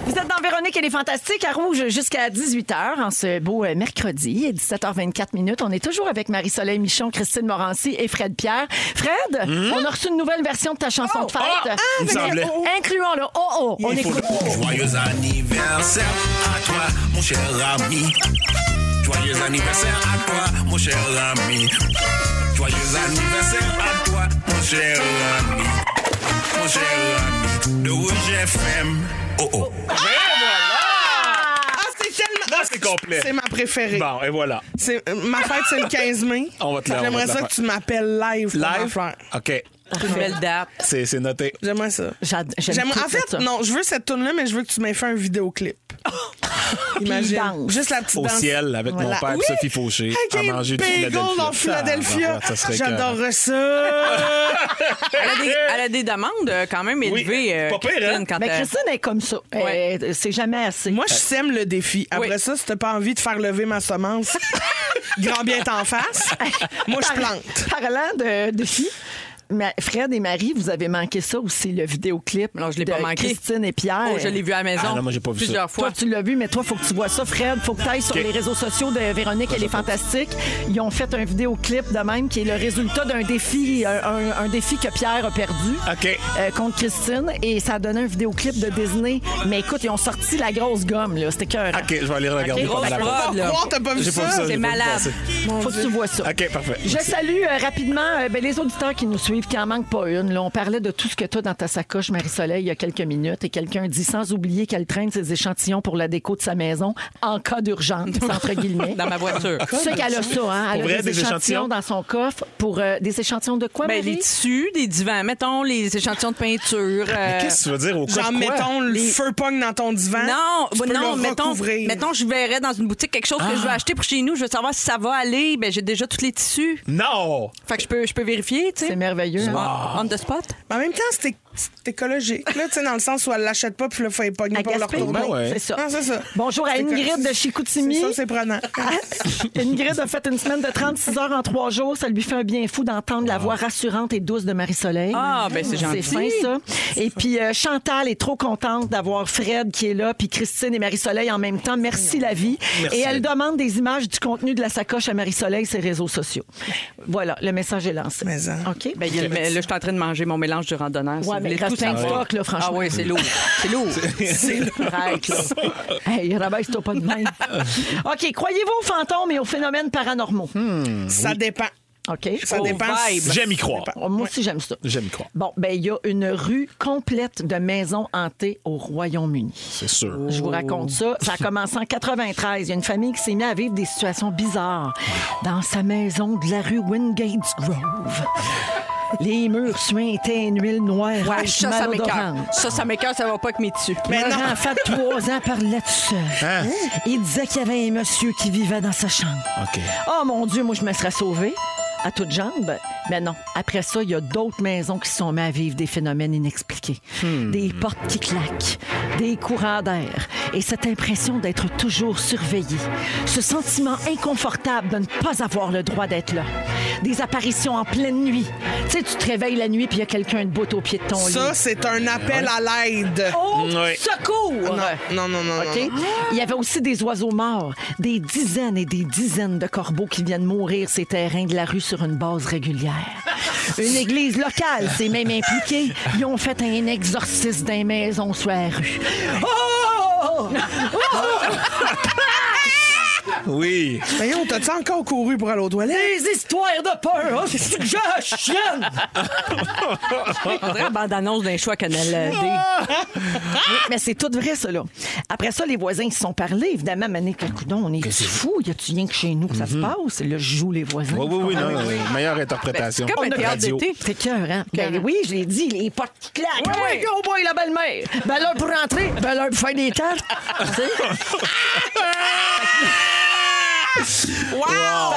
Vous êtes dans Véronique et les Fantastiques à Rouge jusqu'à 18h en ce beau euh, mercredi, 17h24 minutes. On est toujours avec Marie-Soleil Michon, Christine Morancy et Fred Pierre. Fred, on a reçu une nouvelle version de ta chanson de fête. Ah! Ah, Il me Mais semblait. Incluant le oh oh. On faut écoute. Joyeux anniversaire à toi, mon cher ami. Joyeux anniversaire à toi, mon cher ami. Joyeux anniversaire à toi, mon cher ami. Mon cher ami de Rouge FM. Oh oh. Ah, c'est tellement. Là, c'est complet. C'est ma préférée. Bon, et voilà. C'est- euh, Ma fête, c'est le 15 mai. On va te la- on va J'aimerais te la ça faire. que tu m'appelles live. pour ma Live? fête. OK. Une belle date. C'est c'est noté. J'aimerais ça. J'ad- J'aime J'aimerais- tout en fait, ça. non, je veux cette tune là mais je veux que tu m'aies fait un vidéoclip. Imagine. danse. Juste la petite Au danse. ciel, avec mon père et Sophie Fauché, Avec à un manger du bagel Philadelphia. Ah, dans Philadelphia. Ça, ça serait J'adorerais ça. Elle a, des, elle a des demandes euh, quand même Oui. élevées. euh, Pas pire, hein? Christine, quand Mais elle- Ben, Christine est comme ça. Ouais. Euh, C'est jamais assez. Moi, je sème le défi. Après Oui. ça, si t'as pas envie de faire lever ma semence, grand bien t'en face, moi, je Par- plante. Parlant de, de filles, Ma- Fred et Marie, vous avez manqué ça aussi, le vidéoclip. Non, je l'ai de pas manqué. Christine et Pierre. Oh, je l'ai vue à la maison. Ah non, moi, j'ai pas vu ça. plusieurs Toi, fois. tu l'as vu, mais toi, faut que tu vois ça, Fred. Faut que tu ailles sur les réseaux sociaux de Véronique. Elle est fantastique. Ils ont fait un vidéoclip de même qui est le résultat d'un défi, un, un- un défi que Pierre a perdu OK. euh, contre Christine. Et ça a donné un vidéoclip de Disney. Mais écoute, ils ont sorti la grosse gomme, là. C'était cœur. OK, je vais aller regarder Ok, pendant la grosse pause. robe, là. Pourquoi t'as pas vu J'ai ça? pas vu ça. j'ai C'est pas vu malade. passer. Faut que tu vois ça. OK, parfait. Je salue euh, rapidement euh, ben, les auditeurs qui nous suivent, qui en manquent pas une. là. on parlait de tout ce que tu as dans ta sacoche, Marie-Soleil, il y a quelques minutes, et quelqu'un dit sans oublier qu'elle traîne ses échantillons pour la déco de sa maison en cas d'urgence, entre guillemets. Dans ma voiture. Tu sais qu'elle a ça, hein? Elle Pour a vrai, des, des échantillons, échantillons? dans son coffre pour euh, des échantillons de quoi, Ben, Marie? les tissus, des divans, mettons, les échantillons de peinture. euh, Qu'est-ce que hein? tu veux dire au cas Genre, de quoi? mettons, le feu pogne dans ton divan. Non, tu bah, peux non, le mettons, recouvrir. mettons, je verrais dans une boutique quelque chose que je Ah. veux acheter pour chez nous. Je veux savoir si ça va aller. Ben, j'ai déjà tous les tissus. Non! Fait que je peux, je peux vérifier, tu C'est sais. merveilleux. hein? Ah. On on the spot. Mais en même temps, c'est c'est écologique. Là, tu sais, dans le sens où elle l'achète pas, puis le feu est pogné À pour le Gaspé? retourner. Ben ouais. C'est ça. Non, Ah, c'est ça. Bonjour à C'est Ingrid correct. de Chicoutimi. C'est ça, c'est prenant. Ingrid a fait une semaine de 36 heures en trois jours. Ça lui fait un bien fou d'entendre la voix rassurante et douce de Marie-Soleil. Ah, ben, c'est gentil. fin, ça. Et puis, euh, Chantal est trop contente d'avoir Fred qui est là, puis Christine et Marie-Soleil en même temps. Merci la vie. Et elle demande des images du contenu de la sacoche à Marie-Soleil, ses réseaux sociaux. Voilà, le message est lancé. Mais, hein. OK? Ben, il y a- mais là, je suis en train de manger mon mélange du randonneur. si Ouais, vous mais voulez il reste tout plein de savoir. stock, là, franchement. Ah oui, c'est lourd. C'est lourd. Arrête, là. Hey, rabaisse-toi pas de main. OK, croyez-vous aux fantômes et aux phénomènes paranormaux? ça dépend. OK? Hmm. Ça Au dépend. vibe. Ah, J'aime y croire. Oh, Moi aussi, j'aime ça. J'aime y croire, Bon, ben il y a une rue complète de maisons hantées au Royaume-Uni. c'est sûr. Oh. Je vous raconte ça. Ça a commencé en 93. Il y a une famille qui s'est mise à vivre des situations bizarres dans sa maison de la rue Wingates Grove. Les murs suintaient une huile noire Ouais, rouge Ah, ça, ça m'écoeure. malodorante. Ça, ça m'écoeure, ça va pas avec mes tissus. Mais non. enfant de trois ans parlait tout seul. Hein? Il disait qu'il y avait un monsieur qui vivait dans sa chambre. OK. Oh mon Dieu, moi je me serais sauvée. à toutes jambes. Mais non, après ça, il y a d'autres maisons qui se sont mises à vivre des phénomènes inexpliqués. Hmm. Des portes qui claquent, des courants d'air et cette impression d'être toujours surveillé. Ce sentiment inconfortable de ne pas avoir le droit d'être là. Des apparitions en pleine nuit. Tu sais, tu te réveilles la nuit puis il y a quelqu'un de bout au pied de ton lit. Ça, c'est Ben un appel à l'aide. Au Ouais. secours! Non, non, non, non. OK? Il y avait aussi des oiseaux morts, des dizaines et des dizaines de corbeaux qui viennent mourir ces terrains de la rue sur une base régulière. Une église locale s'est même impliquée. Ils ont fait un exorcisme d'un maison sur la rue. Oh! Oui. Mais yo, t'as-tu encore couru pour aller aux toilettes? Des histoires de peur! hein? C'est que je chienne! Faudrait bande-annonce d'un choix Canal D. Mais c'est tout vrai, ça, là. Après ça, les voisins, ils se sont parlé. Évidemment, Mané Cacoudon, on est fou. Y a-tu rien que chez nous que ça se passe? Là, je joue les voisins. Oui, oui, oui, non, oui. Meilleure interprétation. Ben, c'est comme un théâtre Radio. d'été. C'est cœur, hein? Ben oui, je l'ai dit, les potes qui claquent. Ouais, Ouais, ouais. go boy, la belle-mère. Ben l'heure pour rentrer, ben l'heure pour faire des tâches. Tu sais? Wow!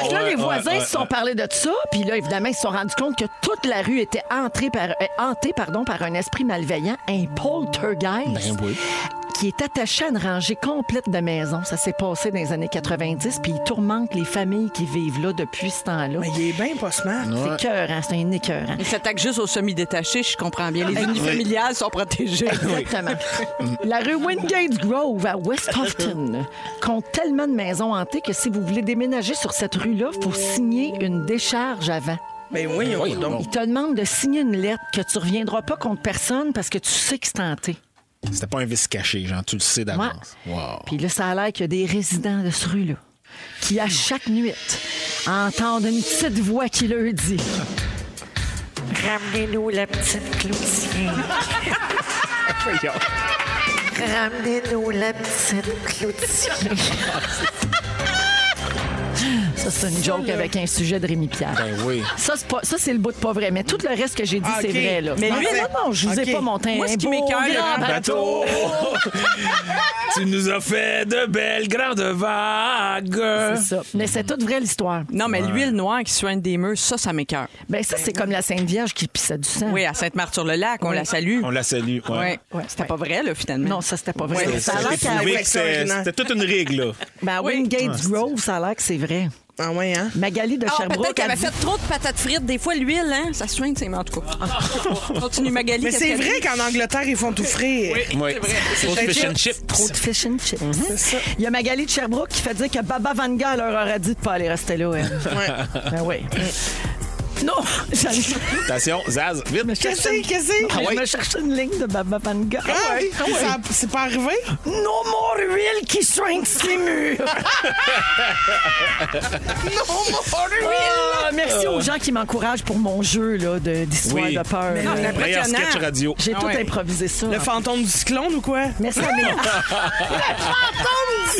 Fait que là, Ouais, les voisins ouais, se sont ouais. parlé de ça, puis là, évidemment, ils se sont rendus compte que toute la rue était hantée par, euh, hantée, pardon, par un esprit malveillant, un poltergeist. Ben oui. Qui est attaché à une rangée complète de maisons. Ça s'est passé dans les années 90, puis il tourmente les familles qui vivent là depuis ce temps-là. Mais il est bien pas smart. C'est cœur, hein? c'est un écœur. hein? Il s'attaque juste aux semi-détachés, je comprends bien. Les unifamiliales sont protégées. Exactement. La rue Wingate Grove à West Houghton compte tellement de maisons hantées que si vous voulez déménager sur cette rue-là, il faut signer une décharge avant. Ben oui, on donc. Il te demande de signer une lettre que tu reviendras pas contre personne parce que tu sais que c'est hanté. C'était pas un vice caché, genre, tu le sais d'avance. Ouais. Wow. Puis là, ça a l'air qu'il y a des résidents de ce rue-là qui, à chaque nuit, entendent une petite voix qui leur dit Ramenez-nous la petite Cloutier. Ramenez-nous la petite Cloutier. Ça, c'est une joke avec un sujet de Rémi Pierre. Ben oui. Ça, c'est pas- ça, c'est le bout de pas vrai. Mais tout le reste que j'ai dit, Ah, c'est ok. vrai. Là. Mais non, lui, non, non, je vous ok. ai pas monté Moi, un ce qui beau m'écoeure, le grand grand bateau. tu nous as fait de belles grandes vagues. C'est ça. Mais c'est toute vraie l'histoire. Non, mais l'huile noire qui soigne des murs, ça, ça m'écœure. Ben ça, c'est comme la Sainte Vierge qui pissait du sang. Oui, à Sainte-Marthe-sur-le-Lac, on la salue. On la salue. Ouais. Ouais. C'était pas vrai, là, finalement. Non, ça, c'était pas vrai. Ouais, ça a Ça, l'air j'ai qu'à trouvé ouais, que c'est- extraordinaire. C'était toute une règle, là. ben, à Wingate Grove, ça a l'air que c'est vrai. Ah ouais, hein? Magali de Ah, Sherbrooke. peut-être qu'elle elle avait fait trop de patates frites. Des fois, l'huile, hein, ça soigne, c'est en tout cas. Ah. Continue, Magali. Mais qu'est-ce c'est qu'elle vrai dit? qu'en Angleterre, ils font tout frire. Ouais. Sauce fish and chips. Trop de fish and Mhm. chips. Il y a Magali de Sherbrooke qui fait dire que Baba Vanga leur aurait dit de pas aller rester là. elle. Ben oui. Non, j'allais- Ah Attention, Zaz, vite. Qu'est-ce que c'est? Qu'est-ce que c'est? je me cherchais une ligne de Baba Vanga. Ah, ça- C'est pas arrivé? No more huile qui soigne ses murs. Ah, merci aux gens qui m'encouragent pour mon jeu là, de- d'histoire Oui. de peur. Non, c'est Meilleur sketch impressionnant. radio. J'ai Ah tout ouais. improvisé ça. Le fantôme du cyclone ou quoi? Merci à mes-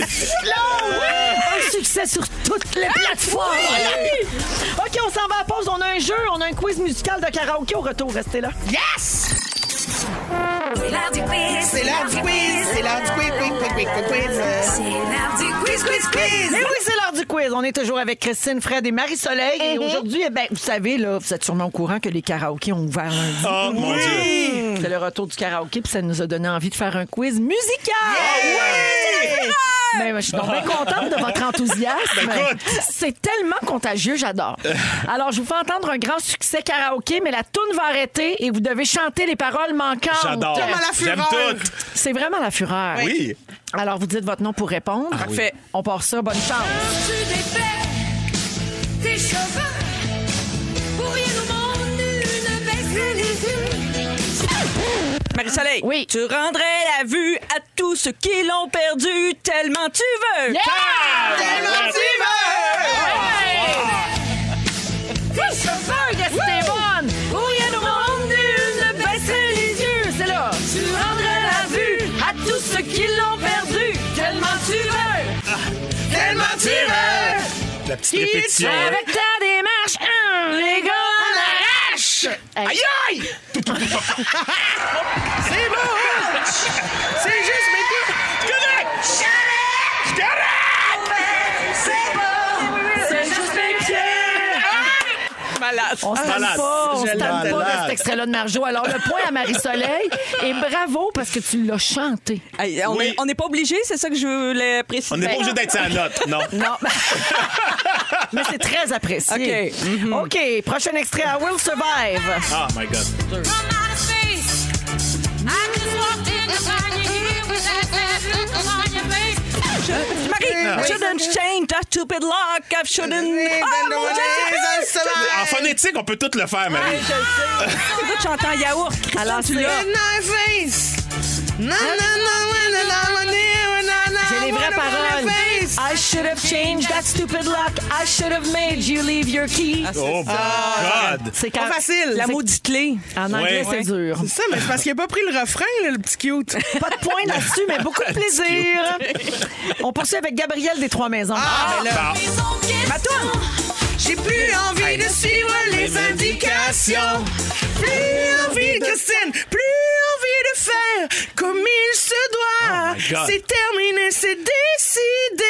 Ah Un succès sur toutes les plateformes. Ah OK, on s'en va à pause. On a un jeu, on a un quiz musical de karaoké au retour. Restez là. C'est l'heure du quiz. C'est l'heure du quiz! C'est l'heure du quiz, quiz, quiz, quiz, quiz, quiz. C'est l'heure du quiz, quiz, Mais quiz. oui, c'est l'heure du quiz. On est toujours avec Christine, Fred et Marie-Soleil. Mm-hmm. Et aujourd'hui, eh ben, vous savez, là, vous êtes sûrement au courant que les karaokés ont ouvert lundi. Oh mon Dieu. C'est le retour du karaoké, puis ça nous a donné envie de faire un quiz musical. Ah Ben, moi, je suis donc bien contente de votre enthousiasme. Ben, C'est tellement contagieux, j'adore. Euh. Alors, je vous fais entendre un grand succès karaoké, mais la toune va arrêter et vous devez chanter les paroles manquantes. J'adore. Comme à la J'aime fureur. tout. C'est vraiment la fureur. Oui. Alors, vous dites votre nom pour répondre. Parfait. On part ça. Bonne chance. Tu défais tes cheveux pour rien au monde, ne baisser les yeux. Marie-Soleil, Oui. tu rendrais la vue à tous ceux qui l'ont perdu tellement tu veux. Tellement tu veux! Tes cheveux, C'était bonne. pour rien au monde, ne baisser les yeux. C'est là. Tu rendrais la vue à tous ceux qui l'ont perdu, tellement tu veux. Tellement tu veux! La petite répétition. hein. Avec ta démarche, hein, les gars, on arrache! Aïe, aïe! C'est bon! hein? C'est juste, mais C'est juste mes pieds. Malasse. On se tanne Malasse. pas, on Je se tanne l'aime. pas de Malasse. cet extrait-là de Marjo. Alors, le point à Marie-Soleil. Et bravo, parce que tu l'as chanté. Hey, on Oui. est- on n'est pas obligé, c'est ça que je voulais préciser. On n'est pas obligé d'être sa note, non? Non. Mais c'est très apprécié. OK. OK. Prochain extrait à Will Survive. Oh my God. From outer space. I just walked in to find you here with that bad look on your face. Marie, shouldn't change that stupid lock. I shouldn't. Ah, mon Dieu, En phonétique, on peut tout le faire, c'est- Marie. Hey, je le sais. C'est toi qui chantes en yaourt. Alors, tu l'as. J'ai les vraies paroles. I should have changed that stupid lock. I should have made you leave your key. Oh my God. C'est Pas facile. Ah, La c'est- maudite clé. En anglais, Ouais. c'est dur. C'est ça, mais c'est parce qu'il a pas pris le refrain, là, le petit cute. Pas de point là-dessus, mais beaucoup de plaisir. On poursuit avec Gabriel des Trois Maisons. Ah, mais là, Ma tourne. j'ai plus envie de suivre les indications. Plus envie de Christine, plus envie de faire comme il Oh my se doit. God. c'est terminé, c'est décidé.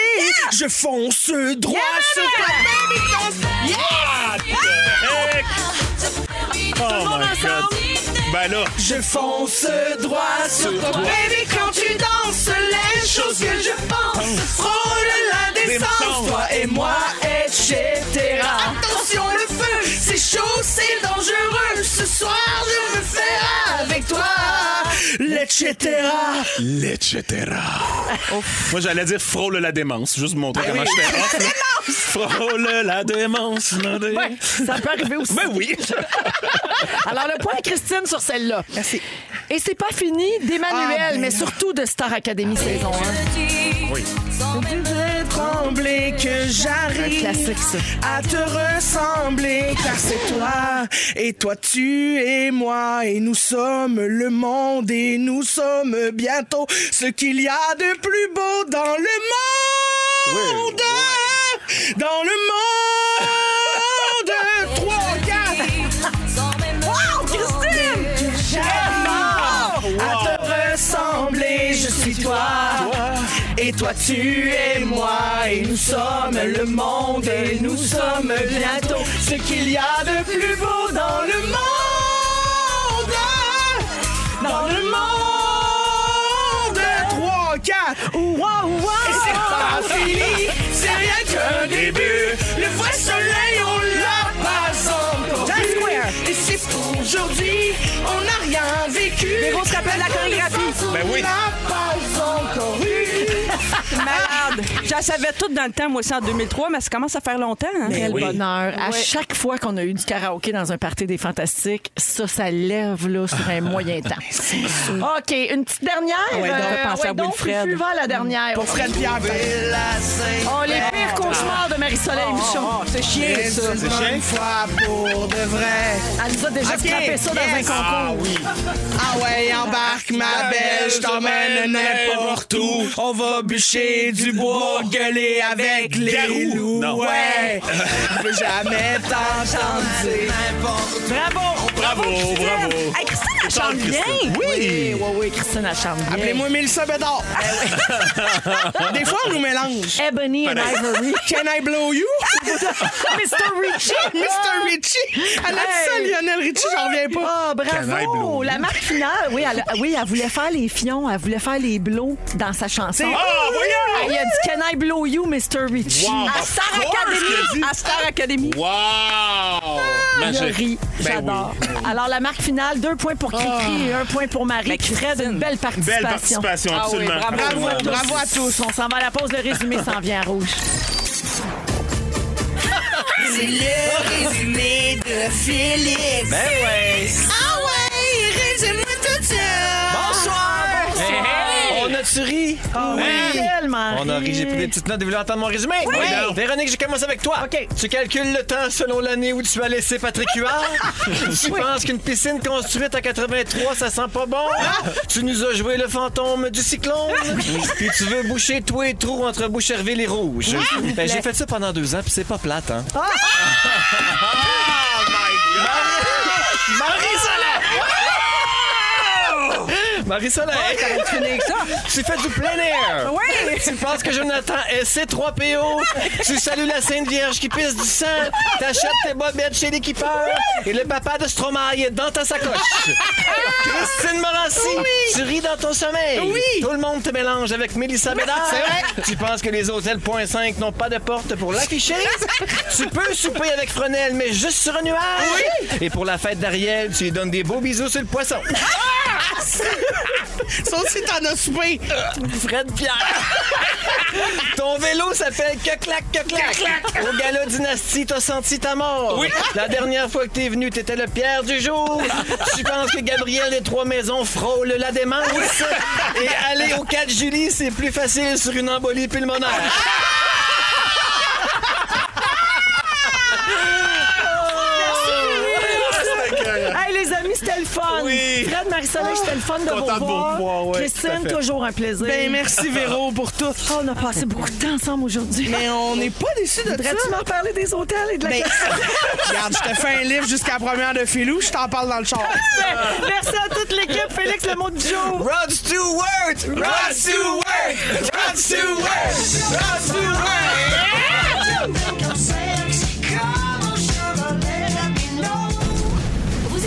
Je fonce droit sur ta baby What the heck? Oh my God. Ben là, Je fonce droit sur toi. Baby, quand tu danses, les choses que je pense frôlent la décence. Décence. Toi et moi, etc. Attention, le feu, c'est chaud, c'est dangereux. Ce soir, je me ferai avec toi. L'etc. l'etcetera. Moi, j'allais dire frôle la démence, juste montrer Ben comment j'étais off. là. Frôle la démence. non, des- Ouais, ça peut arriver aussi. Ben oui. Alors, le point à Christine sur celle-là. Et c'est pas fini d'Emmanuel, Ah, ben mais là. surtout de Star Academy saison 1. Trembler que Un classique, ça. à te ressembler car c'est toi et toi tu et moi et nous sommes le monde et nous sommes bientôt ce qu'il y a de plus beau dans le monde dans le monde 3 4 Wow, Christine J'aime à te ressembler, je suis toi. Et toi, tu es moi. Et nous sommes le monde. Et nous sommes bientôt ce qu'il y a de plus beau dans le monde. Dans le monde. 3, 4. Et c'est pas fini, c'est rien qu'un début. Le vrai soleil, on l'a pas encore vu. Et c'est pour aujourd'hui, on n'a rien vécu. Mais on se rappelle la chorégraphie. Ben oui. On n'a pas encore eu. Malade. J'en savais tout dans le temps, moi aussi, en 2003, mais ça commence à faire longtemps. hein. Quel Ben oui. bonheur. À chaque fois qu'on a eu du karaoké dans un party des Fantastiques, ça, ça lève là, sur un moyen temps. OK, une petite dernière. Euh, Ouais, donc, pense à donc, Wilfred. Fufu va à la dernière. Pour Fred Pierre. Oh, les pires cauchemars de Marie-Soleil Michon. C'est chiant, ça. une fois pour de vrai. Elle nous a déjà Ok, scrapé ça dans un yes. concours. Ah ouais, embarque ma belle, Ah, je t'emmène n'importe où. On va bûcher du bois, gueuler avec les Garou. loups. Non. Ouais, je veux jamais t'entendre dire. Bravo! Bravo, bravo. Hey, Christine, Christine. elle chante bien. Oui, oui, oui, Christine Acham. Appelez-moi Mélissa Bédard. Eh Des fois, on nous mélange. Ebony and Ivory. Can I blow you? Eh, Mr. Richie. Mr. Richie. Elle a dit bah. Hey. ça, Lionel Richie, j'en reviens pas. Ah, Can I blow bravo! you? La marque finale, oui elle, oui, elle voulait faire les fions, elle voulait faire les blows dans sa chanson. Ah, voyons! Elle a dit Can I blow you, Mr. Richie? Wow, À of Star course qu'elle Academy. dit. À Star Academy. Ah, Wow! Je Magique. ris, Ben j'adore. oui. Ah. Alors, la marque finale, deux points pour Cricri et un point pour Marie. Mais qui Fred, Christine, une belle participation. Belle participation, Ah oui, absolument. bravo. absolument. Bravo, bravo à tous. On s'en va à la pause, le résumé s'en vient à rouge. C'est le résumé de Philippe. Ben ouais. Ah ouais, résume-moi tout ça. Bonsoir. On a-tu ri? Ah oui. Tellement On a ri, j'ai pris des petites notes et voulu entendre mon résumé. Oui. Véronique, je commence avec toi. OK. Tu calcules le temps selon l'année où tu as laissé Patrick Huard. tu penses qu'une piscine construite en 83, ça sent pas bon. tu nous as joué le fantôme du cyclone. puis tu veux boucher tous les trous entre Boucherville et Rouge. Ben, j'ai fait ça pendant deux ans, puis c'est pas plate, hein? Oh Ah! my God! Marie Soleil! Marie-Soleil. t'aurais dû finir avec ça. Tu fais du plein air. Oui. Tu penses que Jonathan essaie 3PO. tu salues la Sainte Vierge qui pisse du sang. T'achètes tes bobettes chez l'équipeur. Et le papa de Stromae est dans ta sacoche. Christine Morancy. Tu ris dans ton sommeil. Oui. Tout le monde te mélange avec Mélissa Bédard. c'est vrai. Tu penses que les hôtels Point 5 n'ont pas de porte pour l'afficher. tu peux souper avec Fresnel, mais juste sur un nuage. Et pour la fête d'Ariel, tu lui donnes des beaux bisous sur le poisson. Ça aussi, t'en as soupé. Fred Pierre. Ton vélo s'appelle que clac, que clac. Au gala dynastie, t'as senti ta mort. La dernière fois que t'es venu, t'étais le Pierre du jour. tu penses que Gabriel des Trois Maisons frôle la démence. Et aller au 4 Julie, c'est plus facile sur une embolie pulmonaire. Hey, les amis, c'était le fun. Oui. Fred, Marie-Soleil, c'était le fun de vous Content de vous revoir. revoir, ouais, tout à Christine, fait. toujours un plaisir. Ben, merci, Véro, pour tout. Oh, on a passé beaucoup de temps ensemble aujourd'hui. Mais on n'est pas déçus de ça. Voudrais-tu m'en parler des hôtels et de la Ben, classe? regarde, je te fais un livre jusqu'à la première de Filou, je t'en parle dans le char. Merci à toute l'équipe. Félix, le mot du jour. Rod Stewart! Rod Stewart! Rod Stewart! Rod Stewart! Vous